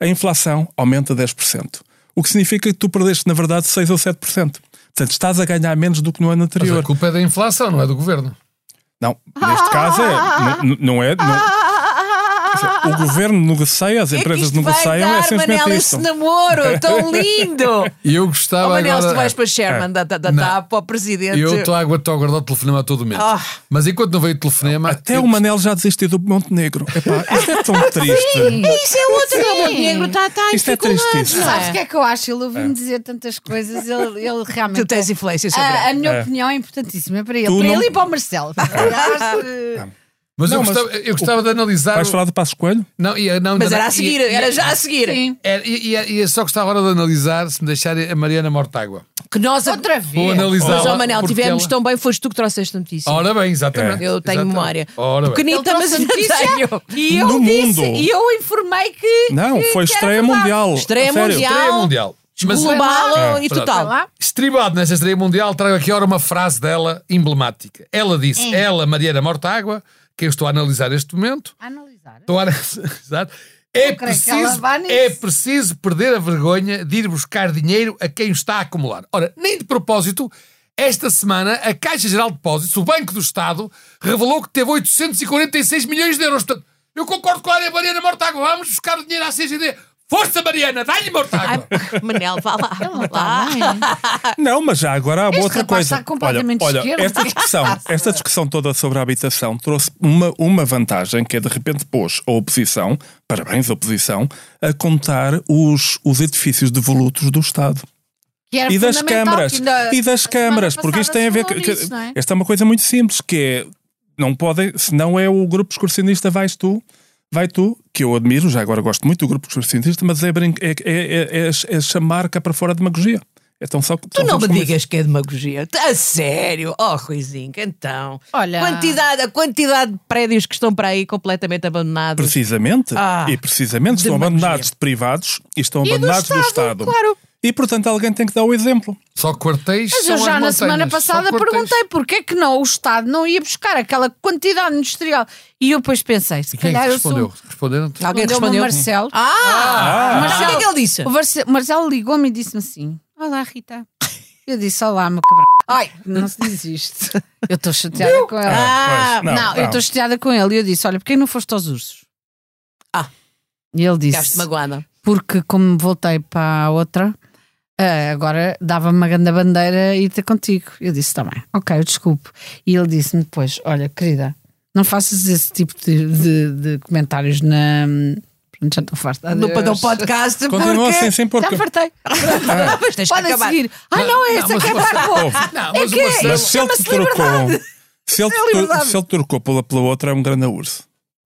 Speaker 4: A inflação aumenta 10%, o que significa que tu perdeste, na verdade, 6 ou 7%. Portanto, estás a ganhar menos do que no ano
Speaker 3: Mas
Speaker 4: anterior.
Speaker 3: a culpa é da inflação, não é do governo.
Speaker 4: Não, neste caso é, n- n- não é... não- o governo negocia, as
Speaker 2: É que
Speaker 4: empresas
Speaker 2: isto vai
Speaker 4: negociam, é
Speaker 2: dar,
Speaker 4: simplesmente
Speaker 2: Manel,
Speaker 4: isto.
Speaker 2: esse namoro tão lindo.
Speaker 3: E eu
Speaker 2: Oh,
Speaker 3: gostava
Speaker 2: Manel, se tu
Speaker 3: agora...
Speaker 2: vais para Sherman da, da, da
Speaker 3: é. Não.
Speaker 2: TAP, para o presidente.
Speaker 3: Eu estou a aguentar a guardar o telefonema a todo momento.
Speaker 2: Ah.
Speaker 3: Mas enquanto não veio o telefonema...
Speaker 4: Até
Speaker 3: eu-
Speaker 4: o Manel já desistiu do Montenegro. Epá, isto é tão triste.
Speaker 2: Isso é outro Sim. negro, está tá em
Speaker 4: Isto é
Speaker 2: dificuldades,
Speaker 4: tristíssimo.
Speaker 2: não é?
Speaker 1: Sabes o que é que eu acho? Ele ouviu-me dizer tantas coisas, ele, ele realmente.
Speaker 2: Tu tens influência sobre
Speaker 1: a,
Speaker 2: ele.
Speaker 1: a minha opinião é importantíssima para ele.
Speaker 4: Tu
Speaker 1: para
Speaker 4: não- Ah,
Speaker 1: ele e para o Marcelo.
Speaker 3: Mas, eu
Speaker 4: Não, mas
Speaker 3: gostava, eu gostava de analisar...
Speaker 1: Então,
Speaker 4: Vais
Speaker 3: o-
Speaker 4: falar do Passo Coelho?
Speaker 3: Não, e, eh, não,
Speaker 2: Mas
Speaker 3: não,
Speaker 2: era
Speaker 3: não,
Speaker 2: a seguir,
Speaker 3: e-
Speaker 2: eh, era já a seguir.
Speaker 3: É, e, e- e só gostava agora de analisar, se me deixarem, a Mariana Mortágua.
Speaker 2: Que nós
Speaker 1: Outra vez.
Speaker 3: Vou
Speaker 2: Mas,
Speaker 3: analisá-la.
Speaker 2: ó Manel,
Speaker 3: porque
Speaker 2: tivemos
Speaker 3: ela-
Speaker 2: tão bem, foste tu que trouxeste a notícia.
Speaker 3: Ora bem, exatamente.
Speaker 2: Eu tenho
Speaker 3: Exatamente.
Speaker 2: memória.
Speaker 3: Ora bem.
Speaker 1: Ele
Speaker 2: Pequenita,
Speaker 1: trouxe
Speaker 2: mas
Speaker 1: a
Speaker 2: ainda tenho.
Speaker 1: notícia e eu
Speaker 4: No
Speaker 1: disse,
Speaker 4: mundo.
Speaker 1: e eu informei que.
Speaker 4: Não,
Speaker 1: que-
Speaker 4: foi
Speaker 1: que era
Speaker 4: estreia
Speaker 1: verdade.
Speaker 4: mundial.
Speaker 2: Estreia
Speaker 4: A sério.
Speaker 2: mundial.
Speaker 3: Estreia mundial. Mas-
Speaker 2: Global e
Speaker 3: Pronto.
Speaker 2: total.
Speaker 3: Estribado nesta estreia mundial, trago aqui ora uma frase dela emblemática. Ela disse,
Speaker 2: É.
Speaker 3: ela, Mariana Mortágua, que eu estou a analisar neste momento,
Speaker 1: Analisar.
Speaker 3: estou a analisar, é
Speaker 1: creio que ela
Speaker 3: preciso,
Speaker 1: vá nisso.
Speaker 3: é preciso perder a vergonha de ir buscar dinheiro a quem o está a acumular. Ora, nem de propósito, esta semana a Caixa Geral de Depósitos, o Banco do Estado, revelou que teve 846 milhões de euros. Portanto, eu concordo com a Mariana Mortágua, vamos buscar o dinheiro à CGD. Força, Mariana, dá-lhe Mortágua!
Speaker 2: Manel, vá lá.
Speaker 1: tá
Speaker 2: vá lá.
Speaker 4: Não, mas já agora há
Speaker 1: Este
Speaker 4: outra
Speaker 1: rapaz
Speaker 4: coisa.
Speaker 1: está completamente
Speaker 4: olha, olha
Speaker 1: esquerdo.
Speaker 4: esta discussão, esta discussão toda sobre a habitação trouxe uma, uma vantagem que é de repente pôs a oposição, parabéns oposição, a contar os, os edifícios devolutos do Estado.
Speaker 1: Que era
Speaker 4: e das
Speaker 1: fundamental,
Speaker 4: câmaras.
Speaker 1: que ainda-
Speaker 4: E das
Speaker 1: a semana
Speaker 4: câmaras, porque isto
Speaker 1: passada
Speaker 4: tem a ver.
Speaker 1: se falou
Speaker 4: que-
Speaker 1: nisso, não é?
Speaker 4: Esta é uma coisa muito simples, que é. Não podem, se não é o grupo excursionista, vais tu, vai tu, que eu admiro, já agora gosto muito do grupo excursionista, mas é, brin- é, é, é, é- é chamar cá para fora a demagogia. É tão só
Speaker 2: Tu não me digas que é demagogia. A sério. Oh, Ruizinho, então.
Speaker 1: Olha.
Speaker 2: Quantidade, a quantidade de prédios que estão para aí completamente abandonados.
Speaker 4: Precisamente.
Speaker 2: Ah,
Speaker 4: e precisamente estão
Speaker 2: demagogia.
Speaker 4: abandonados de privados e estão
Speaker 2: do
Speaker 4: abandonados do
Speaker 2: Estado,
Speaker 4: Estado.
Speaker 2: claro.
Speaker 4: E portanto alguém tem que dar o exemplo.
Speaker 3: Só quartéis
Speaker 1: Mas
Speaker 3: são
Speaker 1: eu
Speaker 3: as
Speaker 1: já na
Speaker 3: montanhas,
Speaker 1: semana
Speaker 3: só
Speaker 1: passada
Speaker 3: quartéis.
Speaker 1: perguntei porque é que não o Estado não ia buscar aquela quantidade industrial. E eu depois pensei, se
Speaker 3: E quem é que
Speaker 1: calhar eu sou.
Speaker 3: respondeu? Responderam-te?
Speaker 2: Alguém respondeu?
Speaker 1: Respondeu-me o Marcelo.
Speaker 2: Ah!
Speaker 1: Ah.
Speaker 2: Marcelo, o que é que ele disse?
Speaker 1: O Marce- Marcelo ligou-me e disse-me assim: Olá, Rita. Eu disse: Olá, meu cabrão. Ai, não se diz isto. Eu estou chateada com ela.
Speaker 2: Ah,
Speaker 4: Pois,
Speaker 1: não, eu estou chateada com ele. E eu disse: Olha, porquê não foste aos ursos?
Speaker 2: Ah.
Speaker 1: E ele
Speaker 2: Ficaste
Speaker 1: disse:
Speaker 2: magoada.
Speaker 1: Porque como voltei para a outra, ah, agora dava-me uma grande bandeira e ter contigo. Eu disse: Também, ok, eu desculpo. E ele disse-me depois: Olha, querida, não faças esse tipo de, de- de comentários na. Pronto, Já estou farta.
Speaker 2: No,
Speaker 1: Adeus.
Speaker 2: no podcast,
Speaker 4: Continua assim,
Speaker 2: porque.
Speaker 4: sem sem
Speaker 1: Já
Speaker 4: porca.
Speaker 1: fartei.
Speaker 2: Mas tens que
Speaker 1: Podem
Speaker 2: acabar.
Speaker 1: seguir. Ah, não, é essa
Speaker 3: mas
Speaker 1: que é
Speaker 3: o Marcelo-
Speaker 1: para a
Speaker 3: Não,
Speaker 1: É
Speaker 3: mas
Speaker 1: que-
Speaker 3: o Marcelo...
Speaker 4: Mas se ele te trocou. um- Se ele,
Speaker 1: Isso é liberdade.
Speaker 4: se ele te trocou pela, pela outra, é um grande urso.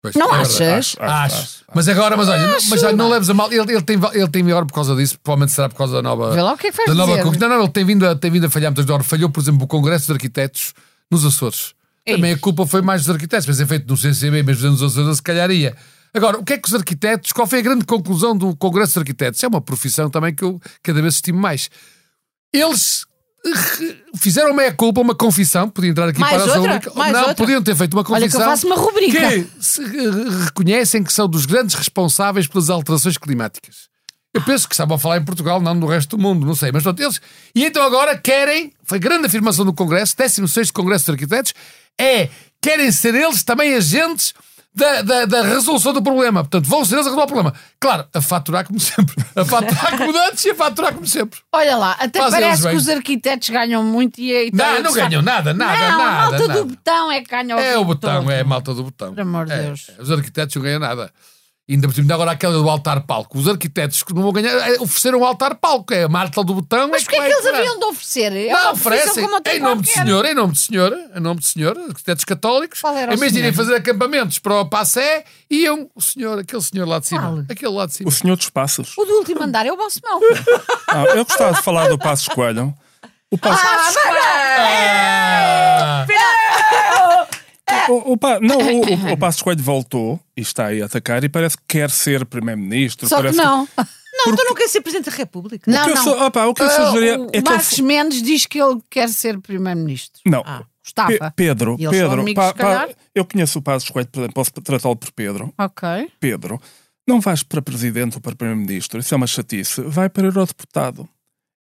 Speaker 3: Pois,
Speaker 1: Não
Speaker 3: é verdade.
Speaker 1: achas?
Speaker 3: Acho. Mas agora, mas olha, mas olha, não leves a mal. Ele, ele tem, ele tem melhor por causa disso, provavelmente será por causa da nova.
Speaker 1: Vê lá o que é que vais
Speaker 3: da nova
Speaker 1: dizer.
Speaker 3: Constituição. Não, não, ele tem vindo, a, tem vindo a falhar muitas vezes. Falhou, por exemplo, o Congresso dos Arquitetos nos Açores. Também a culpa foi mais dos arquitetos, mas é feito no CCB, mesmo nos Açores, se calhar ia. Agora, o que é que os arquitetos, qual foi a grande conclusão do Congresso dos Arquitetos? É uma profissão também que eu cada vez estimo mais. Eles eh, fizeram meia culpa, uma confissão, podia entrar aqui
Speaker 2: Mais
Speaker 3: para a
Speaker 2: outra?
Speaker 3: única.
Speaker 2: Mais
Speaker 3: não,
Speaker 2: outra?
Speaker 3: podiam ter feito uma
Speaker 1: Olha
Speaker 3: confissão
Speaker 1: que eu faço uma rubrica.
Speaker 3: que se, eh, reconhecem que são dos grandes responsáveis pelas alterações climáticas. Eu penso que estavam a falar em Portugal, não no resto do mundo, não sei. Mas pronto, eles. E então agora querem, foi grande afirmação do Congresso, 16 Congresso de Arquitetos, é querem ser eles também agentes da, da, da resolução do problema. Portanto, vão ser eles a resolver o problema. Claro, a faturar como sempre. A faturar como antes e a faturar como sempre.
Speaker 1: Olha lá, até
Speaker 3: Fazem eles
Speaker 1: parece que
Speaker 3: bem.
Speaker 1: os arquitetos ganham muito e a
Speaker 3: Não,
Speaker 1: Itália
Speaker 3: não
Speaker 1: sabe-
Speaker 3: ganham nada, nada,
Speaker 1: não,
Speaker 3: nada.
Speaker 1: a malta
Speaker 3: nada.
Speaker 1: do botão é que ganha o
Speaker 3: É o botão,
Speaker 1: todo.
Speaker 3: é a malta do botão.
Speaker 1: Por amor de
Speaker 3: É,
Speaker 1: Deus.
Speaker 3: é, os arquitetos não ganham nada. Ainda por cima, agora aquela do altar-palco. Os arquitetos que não vão ganhar é, ofereceram o altar-palco. É a martela do botão.
Speaker 1: Mas
Speaker 3: é
Speaker 1: o que é
Speaker 3: vai
Speaker 1: que eles
Speaker 3: cobrar.
Speaker 1: haviam de oferecer? É uma
Speaker 3: Não,
Speaker 1: profissão
Speaker 3: oferecem.
Speaker 1: como outra
Speaker 3: Em nome de
Speaker 1: qualquer.
Speaker 3: senhor, em nome de senhor, em nome de senhor, arquitetos católicos,
Speaker 1: Qual era o
Speaker 3: em vez de irem
Speaker 1: senhor?
Speaker 3: fazer acampamentos para o Passé, iam o senhor, aquele senhor lá de cima.
Speaker 1: Qual?
Speaker 3: Aquele lá de cima.
Speaker 4: O Senhor dos Passos.
Speaker 1: O do último andar é o vosso mal.
Speaker 4: Não, eu gostava de falar do Passos Coelho. O Passos...
Speaker 3: Ah!
Speaker 4: O, o pa- não, o, o, o Passos Coelho voltou e está aí a atacar e parece que quer ser primeiro-ministro.
Speaker 1: Só que
Speaker 4: parece
Speaker 1: não.
Speaker 2: Não, tu não queres ser Presidente da República.
Speaker 4: O
Speaker 1: Não,
Speaker 4: que eu,
Speaker 1: não.
Speaker 4: su- opa, o que eu
Speaker 1: Ah,
Speaker 4: sugeria
Speaker 1: o
Speaker 4: é que ele...
Speaker 1: Marcos
Speaker 4: fu-
Speaker 1: Mendes diz que ele quer ser primeiro-ministro.
Speaker 4: Não,
Speaker 2: Ah.
Speaker 1: Gustavo.
Speaker 4: Pe- Pedro,
Speaker 1: E eles são
Speaker 4: Pedro,
Speaker 1: amigos,
Speaker 4: pá,
Speaker 1: se calhar?
Speaker 4: pá, eu conheço o Passos Coelho, portanto, posso tratá-lo por Pedro.
Speaker 1: Ok.
Speaker 4: Pedro, não vais para presidente ou para primeiro-ministro, isso é uma chatice, vai para eurodeputado.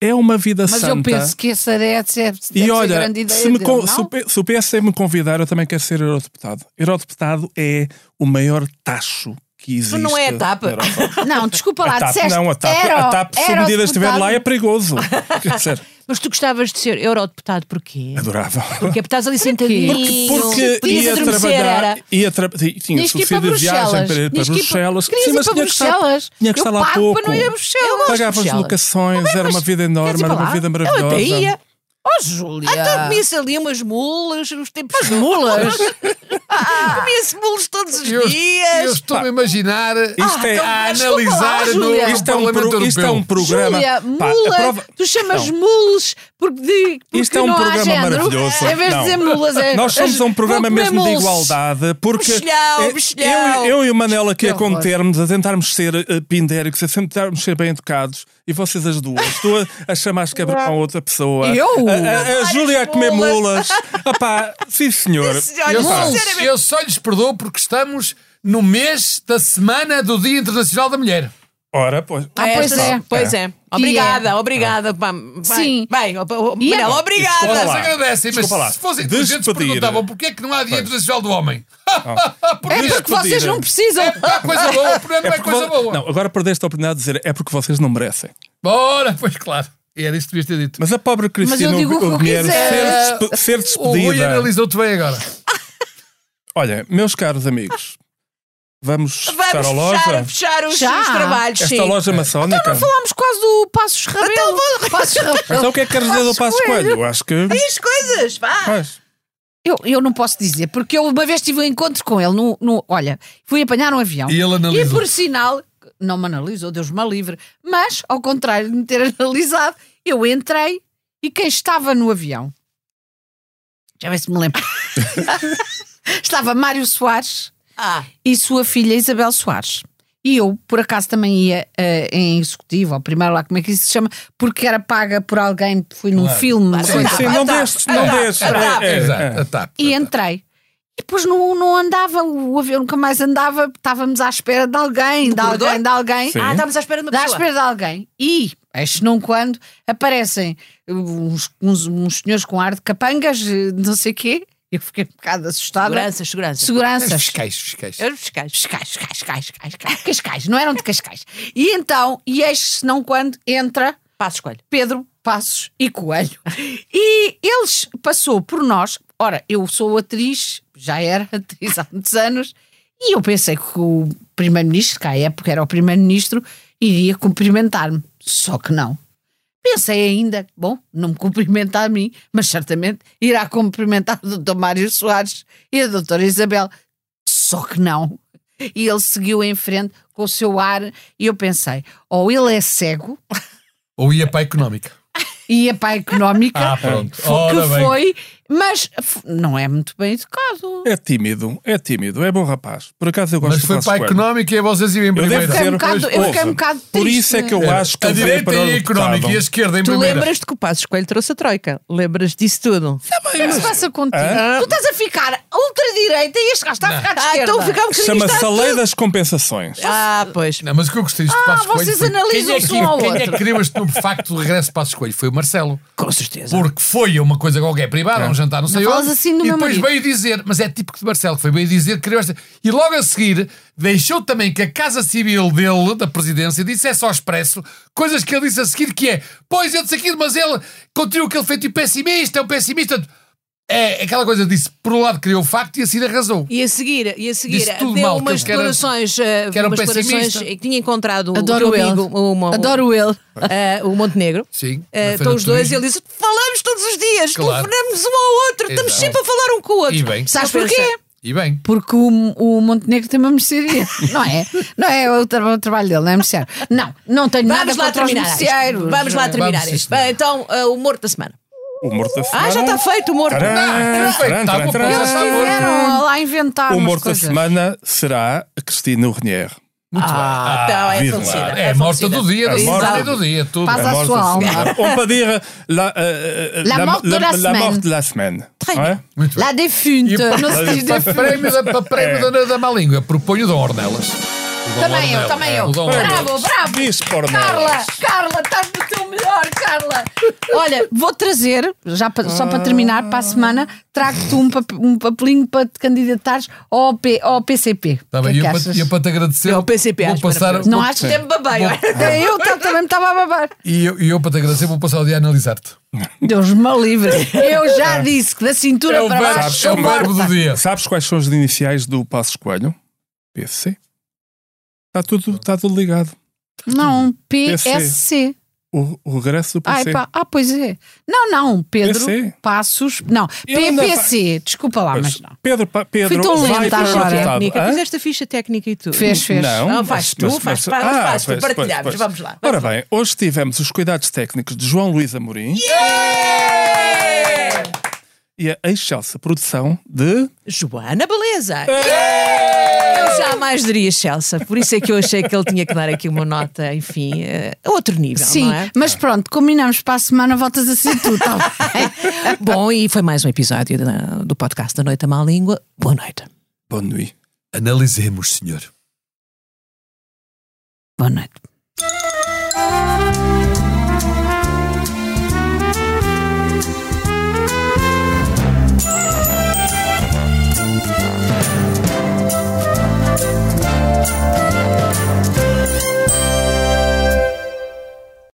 Speaker 4: É uma vida
Speaker 1: Mas
Speaker 4: santa.
Speaker 1: eu penso que essa é, deve ser
Speaker 4: E
Speaker 1: a
Speaker 4: olha,
Speaker 1: grande ideia
Speaker 4: se, me
Speaker 1: dele,
Speaker 4: con-
Speaker 1: não?
Speaker 4: se o P- se o PSD me convidar, eu também quero ser eurodeputado. Eurodeputado é o maior tacho que existe.
Speaker 2: não é a TAP.
Speaker 4: na Europa.
Speaker 1: Não, desculpa lá,
Speaker 4: A TAP,
Speaker 1: Ah, disseste
Speaker 4: não, a TAP,
Speaker 1: era,
Speaker 4: a TAP se um
Speaker 1: era
Speaker 4: medidas estiver
Speaker 1: deputado.
Speaker 4: lá, é perigoso. Quer dizer,
Speaker 2: Mas tu gostavas de ser eurodeputado porquê?
Speaker 4: adorava.
Speaker 2: Porque é porque estás ali sentadinho.
Speaker 4: Porque
Speaker 2: podias
Speaker 4: ia
Speaker 2: adormecer,
Speaker 4: trabalhar,
Speaker 2: era.
Speaker 4: ia tra tinha
Speaker 1: Diz que ir para
Speaker 4: subsídio de
Speaker 1: Bruxelas.
Speaker 4: viagem para ir para
Speaker 1: Diz que ir para-
Speaker 4: Bruxelas.
Speaker 1: Querias ir para
Speaker 4: tinha que estar-
Speaker 1: Bruxelas?
Speaker 4: Tinha que
Speaker 1: Eu
Speaker 4: estar lá
Speaker 1: pago
Speaker 4: pouco.
Speaker 1: para não ir a Bruxelas. Eu gosto de
Speaker 4: Pagavas
Speaker 2: Bruxelas.
Speaker 4: locações, era uma vida
Speaker 2: Queres
Speaker 4: enorme,
Speaker 2: ir
Speaker 4: era
Speaker 2: para
Speaker 4: uma
Speaker 2: lá?
Speaker 4: vida
Speaker 2: Eu até
Speaker 4: maravilhosa.
Speaker 2: ia.
Speaker 1: Oh, Júlia.
Speaker 2: Ah, então comia-se ali umas mulas, os tempos As
Speaker 1: mulas?
Speaker 2: comia-se mulas todos os
Speaker 3: Eu, eu
Speaker 2: dias.
Speaker 3: estou a imaginar
Speaker 1: Ah,
Speaker 4: Isto é-
Speaker 3: a
Speaker 1: desculpa lá,
Speaker 3: analisar no
Speaker 1: Júlia.
Speaker 4: Isto é um,
Speaker 3: Parlamento
Speaker 4: pro- isto é
Speaker 3: Europeu.
Speaker 4: um programa.
Speaker 1: Júlia,
Speaker 4: Pá, a
Speaker 1: mula,
Speaker 4: prova-
Speaker 1: tu chamas
Speaker 4: Não.
Speaker 1: mulas porque, de, porque
Speaker 4: Isto é um
Speaker 1: não há
Speaker 4: programa
Speaker 1: género.
Speaker 4: maravilhoso.
Speaker 1: Em vez de
Speaker 4: Não.
Speaker 1: dizer mulas, é.
Speaker 4: Nós somos um programa
Speaker 1: vou comer
Speaker 4: mesmo de
Speaker 1: mulos.
Speaker 4: igualdade, porque
Speaker 2: Mexilhão,
Speaker 4: é-
Speaker 2: mexilhão.
Speaker 4: Eu, eu e o Manel aqui a
Speaker 1: Que horror.
Speaker 4: contermos, a tentarmos ser eh, pindéricos, a tentarmos ser bem educados, e vocês as duas, tu a, a chamares quebra a outra pessoa,
Speaker 1: Eu?
Speaker 4: a, a, a Júlia a comer mulas. Opá, sim senhor.
Speaker 3: Eu só,
Speaker 1: é-
Speaker 2: sinceramente.
Speaker 3: eu só lhes perdoo porque estamos no mês da semana do Dia Internacional da Mulher.
Speaker 4: Ora, pois.
Speaker 1: Ah, pois
Speaker 2: Estas-
Speaker 1: é.
Speaker 2: Pois é. Obrigada, obrigada. pá, vai.
Speaker 1: Sim.
Speaker 2: Bem, ó, ó,
Speaker 1: E é-
Speaker 2: Manel,
Speaker 3: Eles
Speaker 4: Desculpa
Speaker 2: obrigada.
Speaker 4: lá.
Speaker 3: agradecem, mas
Speaker 4: Desculpa lá.
Speaker 3: se fossem inteligentes
Speaker 4: Despedir.
Speaker 3: perguntavam porquê é que não há Dia Internacional do Homem.
Speaker 1: É porque vocês não precisam.
Speaker 3: Não é coisa boa, o programa não é
Speaker 4: porque
Speaker 3: coisa
Speaker 4: vo-
Speaker 3: boa.
Speaker 4: Não, agora perdeste a oportunidade de dizer é porque vocês não merecem.
Speaker 3: Bora, pois claro. Era isso que devias ter dito.
Speaker 4: Mas a pobre Cristina
Speaker 1: digo o que eu
Speaker 4: Guilherme
Speaker 1: quiser.
Speaker 4: ser, despe- ser
Speaker 3: O Rui
Speaker 4: despedida.
Speaker 3: analisou-te bem agora.
Speaker 4: Olha, meus caros amigos, vamos, fechar Então a
Speaker 2: Vamos
Speaker 4: loja?
Speaker 2: fechar, fechar os,
Speaker 1: Já?
Speaker 2: os trabalhos.
Speaker 4: Esta
Speaker 2: sim.
Speaker 4: loja maçónica?
Speaker 1: Falámos quase do Passos Rabelo. Passos Rabelo.
Speaker 4: Então o que é que queres dizer do Passo Coelho? tá, Eu Acho que.
Speaker 2: E as coisas, vá.
Speaker 4: Mas,
Speaker 1: Eu, eu não posso dizer, porque eu uma vez tive um encontro com ele. No, no- olha, fui apanhar um avião.
Speaker 3: E ele analisou.
Speaker 1: E por sinal, não me analisou, Deus me livre. Mas, ao contrário de me ter analisado, eu entrei e quem estava no avião? Já vê se me lembro. estava Mário Soares
Speaker 2: Ah,
Speaker 1: e sua filha Isabel Soares. E eu, por acaso, também ia eh, em executivo, ou primeiro lá, como é que isso se chama, porque era paga por alguém, fui num
Speaker 3: Claro.
Speaker 1: filme. uma
Speaker 4: sim,
Speaker 1: coisa.
Speaker 4: sim, não deixes, não deixes. É, é,
Speaker 3: Exato.
Speaker 4: é.
Speaker 3: Ah, tá.
Speaker 1: E entrei. E depois não, não andava, o avião nunca mais andava, estávamos à espera de alguém, de
Speaker 2: corredor?
Speaker 1: alguém, de alguém.
Speaker 4: Sim.
Speaker 2: ah, estamos à espera de uma
Speaker 1: À
Speaker 2: pessoa.
Speaker 1: espera de alguém. E, eis não quando, aparecem eh, uns, uns, uns senhores com ar de capangas, eh, não sei o quê. Eu fiquei um bocado assustada.
Speaker 2: Segurança, segurança.
Speaker 3: É,
Speaker 1: Seguranças.
Speaker 3: Fiscais, fiscais.
Speaker 2: Eu fiscais.
Speaker 1: Cascais, cascais, cascais, cascais. Não eram de cascais. E então, e eis não quando, entra
Speaker 2: Passo escolho.
Speaker 1: Pedro Passos e Coelho. E eles passou por nós. Ora, eu sou atriz, já era atriz há muitos anos, e eu pensei que o primeiro-ministro, que à época era o primeiro-ministro, iria cumprimentar-me. Só que não. Pensei ainda, bom, não me cumprimenta a mim, mas certamente irá cumprimentar o Dr. Mário Soares e a Doutora Isabel. Só que não. E ele seguiu em frente com o seu ar, e eu pensei, ou ele é cego,
Speaker 3: Ou ia para a económica.
Speaker 1: ia para a económica,
Speaker 3: Ah, pronto.
Speaker 1: que
Speaker 3: Ora bem.
Speaker 1: foi Mas f- não é muito bem educado.
Speaker 4: É tímido, é tímido, é bom rapaz. Por acaso eu gosto
Speaker 3: Mas
Speaker 4: de
Speaker 3: foi
Speaker 4: Vasco
Speaker 3: para a
Speaker 4: Coelho.
Speaker 3: económica e vocês iam em
Speaker 4: Eu devo
Speaker 3: primeira.
Speaker 1: fiquei um bocado-
Speaker 4: dizer,
Speaker 1: eu fiquei
Speaker 4: ouça,
Speaker 1: um bocado
Speaker 4: Por
Speaker 1: triste,
Speaker 4: isso é que eu
Speaker 1: né?
Speaker 4: acho que
Speaker 3: a
Speaker 4: ele veio
Speaker 3: direita
Speaker 4: para o
Speaker 3: e a económica e a
Speaker 4: deputado.
Speaker 3: esquerda em
Speaker 2: Tu
Speaker 3: primeira.
Speaker 2: lembras-te que o Passos Coelho trouxe a Troika? Lembras disso tudo?
Speaker 1: O que é que se passa contigo?
Speaker 4: Ah.
Speaker 1: Tu estás a ficar ultradireita e este gajo está a ficar de
Speaker 2: Ah,
Speaker 1: esquerda.
Speaker 2: então ficámos
Speaker 4: Chama-se a
Speaker 2: registados.
Speaker 4: lei das compensações.
Speaker 2: Ah, pois.
Speaker 3: Não, mas o que eu gostei disto de
Speaker 1: Ah,
Speaker 3: Passos Coelho
Speaker 1: vocês
Speaker 3: foi-
Speaker 1: analisam-se
Speaker 3: quem é
Speaker 1: um ao
Speaker 3: que- Quem é
Speaker 1: outro.
Speaker 3: que criou este novo facto de regresso de Passos Coelho? Foi o Marcelo.
Speaker 2: Com certeza.
Speaker 3: Porque foi a uma coisa qualquer privada, um jantar, não sei
Speaker 1: falas
Speaker 3: onde,
Speaker 1: assim no
Speaker 3: e
Speaker 1: meu
Speaker 3: depois
Speaker 1: marido.
Speaker 3: veio dizer, mas é típico de Marcelo, que foi veio dizer que queria esta- E logo a seguir deixou também que a Casa Civil dele, da presidência, dissesse ao expresso coisas que ele disse a seguir, que é, pois eu disse aquilo, mas ele continua aquele feito e pessimista, é um pessimista. É aquela coisa, disse, por um lado criou o facto e a seguir arrasou.
Speaker 2: E a seguir, e a seguir
Speaker 3: Disse tudo
Speaker 2: deu
Speaker 3: mal, que
Speaker 2: umas
Speaker 3: ele que era-
Speaker 2: declarações, eh,
Speaker 3: que era um
Speaker 2: umas declarações
Speaker 3: pessimista.
Speaker 2: que tinha encontrado o
Speaker 1: Adoro
Speaker 2: teu
Speaker 1: ele.
Speaker 2: amigo, o, o-
Speaker 1: Adoro ele.
Speaker 2: eh, o Montenegro.
Speaker 3: Sim. na
Speaker 2: Eh,
Speaker 1: então
Speaker 3: Feira
Speaker 2: estão
Speaker 3: do
Speaker 2: os dois e
Speaker 3: Turismo.
Speaker 2: ele disse: falamos todos os dias,
Speaker 3: Claro.
Speaker 2: telefonamos um ao outro, estamos
Speaker 3: Exato.
Speaker 2: sempre a falar um com o outro.
Speaker 3: E bem.
Speaker 1: Sabes
Speaker 2: Eu
Speaker 1: porquê?
Speaker 2: pensei,
Speaker 3: E bem.
Speaker 1: Porque o, o Montenegro tem uma mercearia, não é? Não é o, tra- o trabalho dele, não é merceário. Não, não tenho
Speaker 2: Vamos
Speaker 1: nada
Speaker 2: lá
Speaker 1: contra os
Speaker 2: terminar. isto.
Speaker 1: merceeiros.
Speaker 2: Vamos lá terminar
Speaker 3: Vamos, sim,
Speaker 2: isto.
Speaker 3: senhora.
Speaker 2: Bem, então, eh, o morto da semana.
Speaker 4: O morto da
Speaker 2: Ah,
Speaker 4: semana.
Speaker 2: já está feito o morto. é
Speaker 4: Taran,
Speaker 3: Não, está feito,
Speaker 4: taran,
Speaker 3: está
Speaker 4: taran,
Speaker 3: bom,
Speaker 4: taran.
Speaker 3: já
Speaker 1: Eles
Speaker 3: está morto.
Speaker 1: tiveram lá a inventar
Speaker 4: O
Speaker 1: umas
Speaker 4: morto da
Speaker 1: coisas.
Speaker 4: semana será a Cristina Renier.
Speaker 3: Muito bem.
Speaker 2: Ah, então, é
Speaker 4: viva.
Speaker 2: falecida.
Speaker 3: É a morta
Speaker 2: falecida.
Speaker 3: do dia, da
Speaker 4: É
Speaker 3: semana
Speaker 4: morta.
Speaker 3: e do dia, tudo.
Speaker 1: Faz a
Speaker 4: morte
Speaker 1: sua
Speaker 4: da
Speaker 1: alma.
Speaker 4: semana. On peut dire la, euh, euh,
Speaker 1: La
Speaker 4: la,
Speaker 1: morte de
Speaker 4: la-
Speaker 1: la
Speaker 4: la
Speaker 1: semaine.
Speaker 4: morte de la semaine.
Speaker 2: Très
Speaker 4: Ouais.
Speaker 2: bien.
Speaker 3: Muito bem.
Speaker 1: La defunte,
Speaker 3: E
Speaker 1: não se é diz
Speaker 3: para, para
Speaker 1: defunte.
Speaker 3: prémio, da, para prémio da, da má língua, proponho o Dom Ornelas. O Dom
Speaker 1: É. Também eu,
Speaker 3: Ornelas.
Speaker 1: também eu.
Speaker 3: O Dom Ornelas.
Speaker 1: Bravo, bravo.
Speaker 4: Diz por
Speaker 1: Carla,
Speaker 4: nós.
Speaker 1: Carla, estás no teu melhor, Carla. Olha, vou trazer, já pa- só para terminar, para a semana, trago-te um, pap- um papelinho para te candidatares ao, P, ao PCP.
Speaker 3: Tá
Speaker 1: O que é
Speaker 3: bem, e
Speaker 1: que
Speaker 3: eu,
Speaker 1: achas?
Speaker 3: para, eu para te agradecer.
Speaker 2: É o PCP,
Speaker 3: vou
Speaker 2: acho
Speaker 3: passar.
Speaker 2: maravilhoso.
Speaker 1: Não
Speaker 3: vou-
Speaker 1: achas?
Speaker 2: Até me babei. olha.
Speaker 1: Até eu ta- também me estava a babar.
Speaker 3: E eu, e eu para te agradecer, vou passar o dia a analisar-te.
Speaker 1: Deus me livre. Eu já disse que da cintura para baixo.
Speaker 4: é
Speaker 1: sou
Speaker 4: o verbo
Speaker 1: morta.
Speaker 3: do dia.
Speaker 4: Sabes quais são as iniciais do Passos Coelho? PC. Está tudo, está tudo ligado.
Speaker 1: Não, PSC.
Speaker 4: O, o regresso do
Speaker 1: Ai,
Speaker 4: PC.
Speaker 1: pá. Ah, pois é. Não, não, Pedro
Speaker 4: PC.
Speaker 1: Passos. Não,
Speaker 4: Eu ainda-
Speaker 1: PPC. Desculpa lá, mas não.
Speaker 4: Pedro, pa- Pedro
Speaker 1: tão
Speaker 4: vai
Speaker 1: lenta
Speaker 4: para o
Speaker 1: agora.
Speaker 4: deputado.
Speaker 2: Tá, Técnica.
Speaker 4: Tá, Hã?
Speaker 2: Fizeste a ficha técnica e tudo.
Speaker 1: Fez, fez.
Speaker 4: Não,
Speaker 2: Não, faz tu, faz tu, faz, faz tu,
Speaker 4: ah, pois, pois,
Speaker 2: partilhamos,
Speaker 4: pois.
Speaker 2: vamos lá,
Speaker 4: Ora
Speaker 2: vamos lá.
Speaker 4: bem, hoje tivemos os cuidados técnicos de João Luís Amorim e a excelsa produção de...
Speaker 2: Joana Beleza. Eu jamais diria Chelsea, por isso é que eu achei que ele tinha que dar aqui uma nota, enfim, eh, a outro nível,
Speaker 1: Sim,
Speaker 2: não é?
Speaker 1: mas pronto, combinamos para a semana, voltas assim tu, tá bem?
Speaker 2: Bom, e foi mais um episódio da- do podcast da Noite à Má Língua. Boa noite.
Speaker 4: Boa noite.
Speaker 3: Analisemos, senhor.
Speaker 1: Boa noite.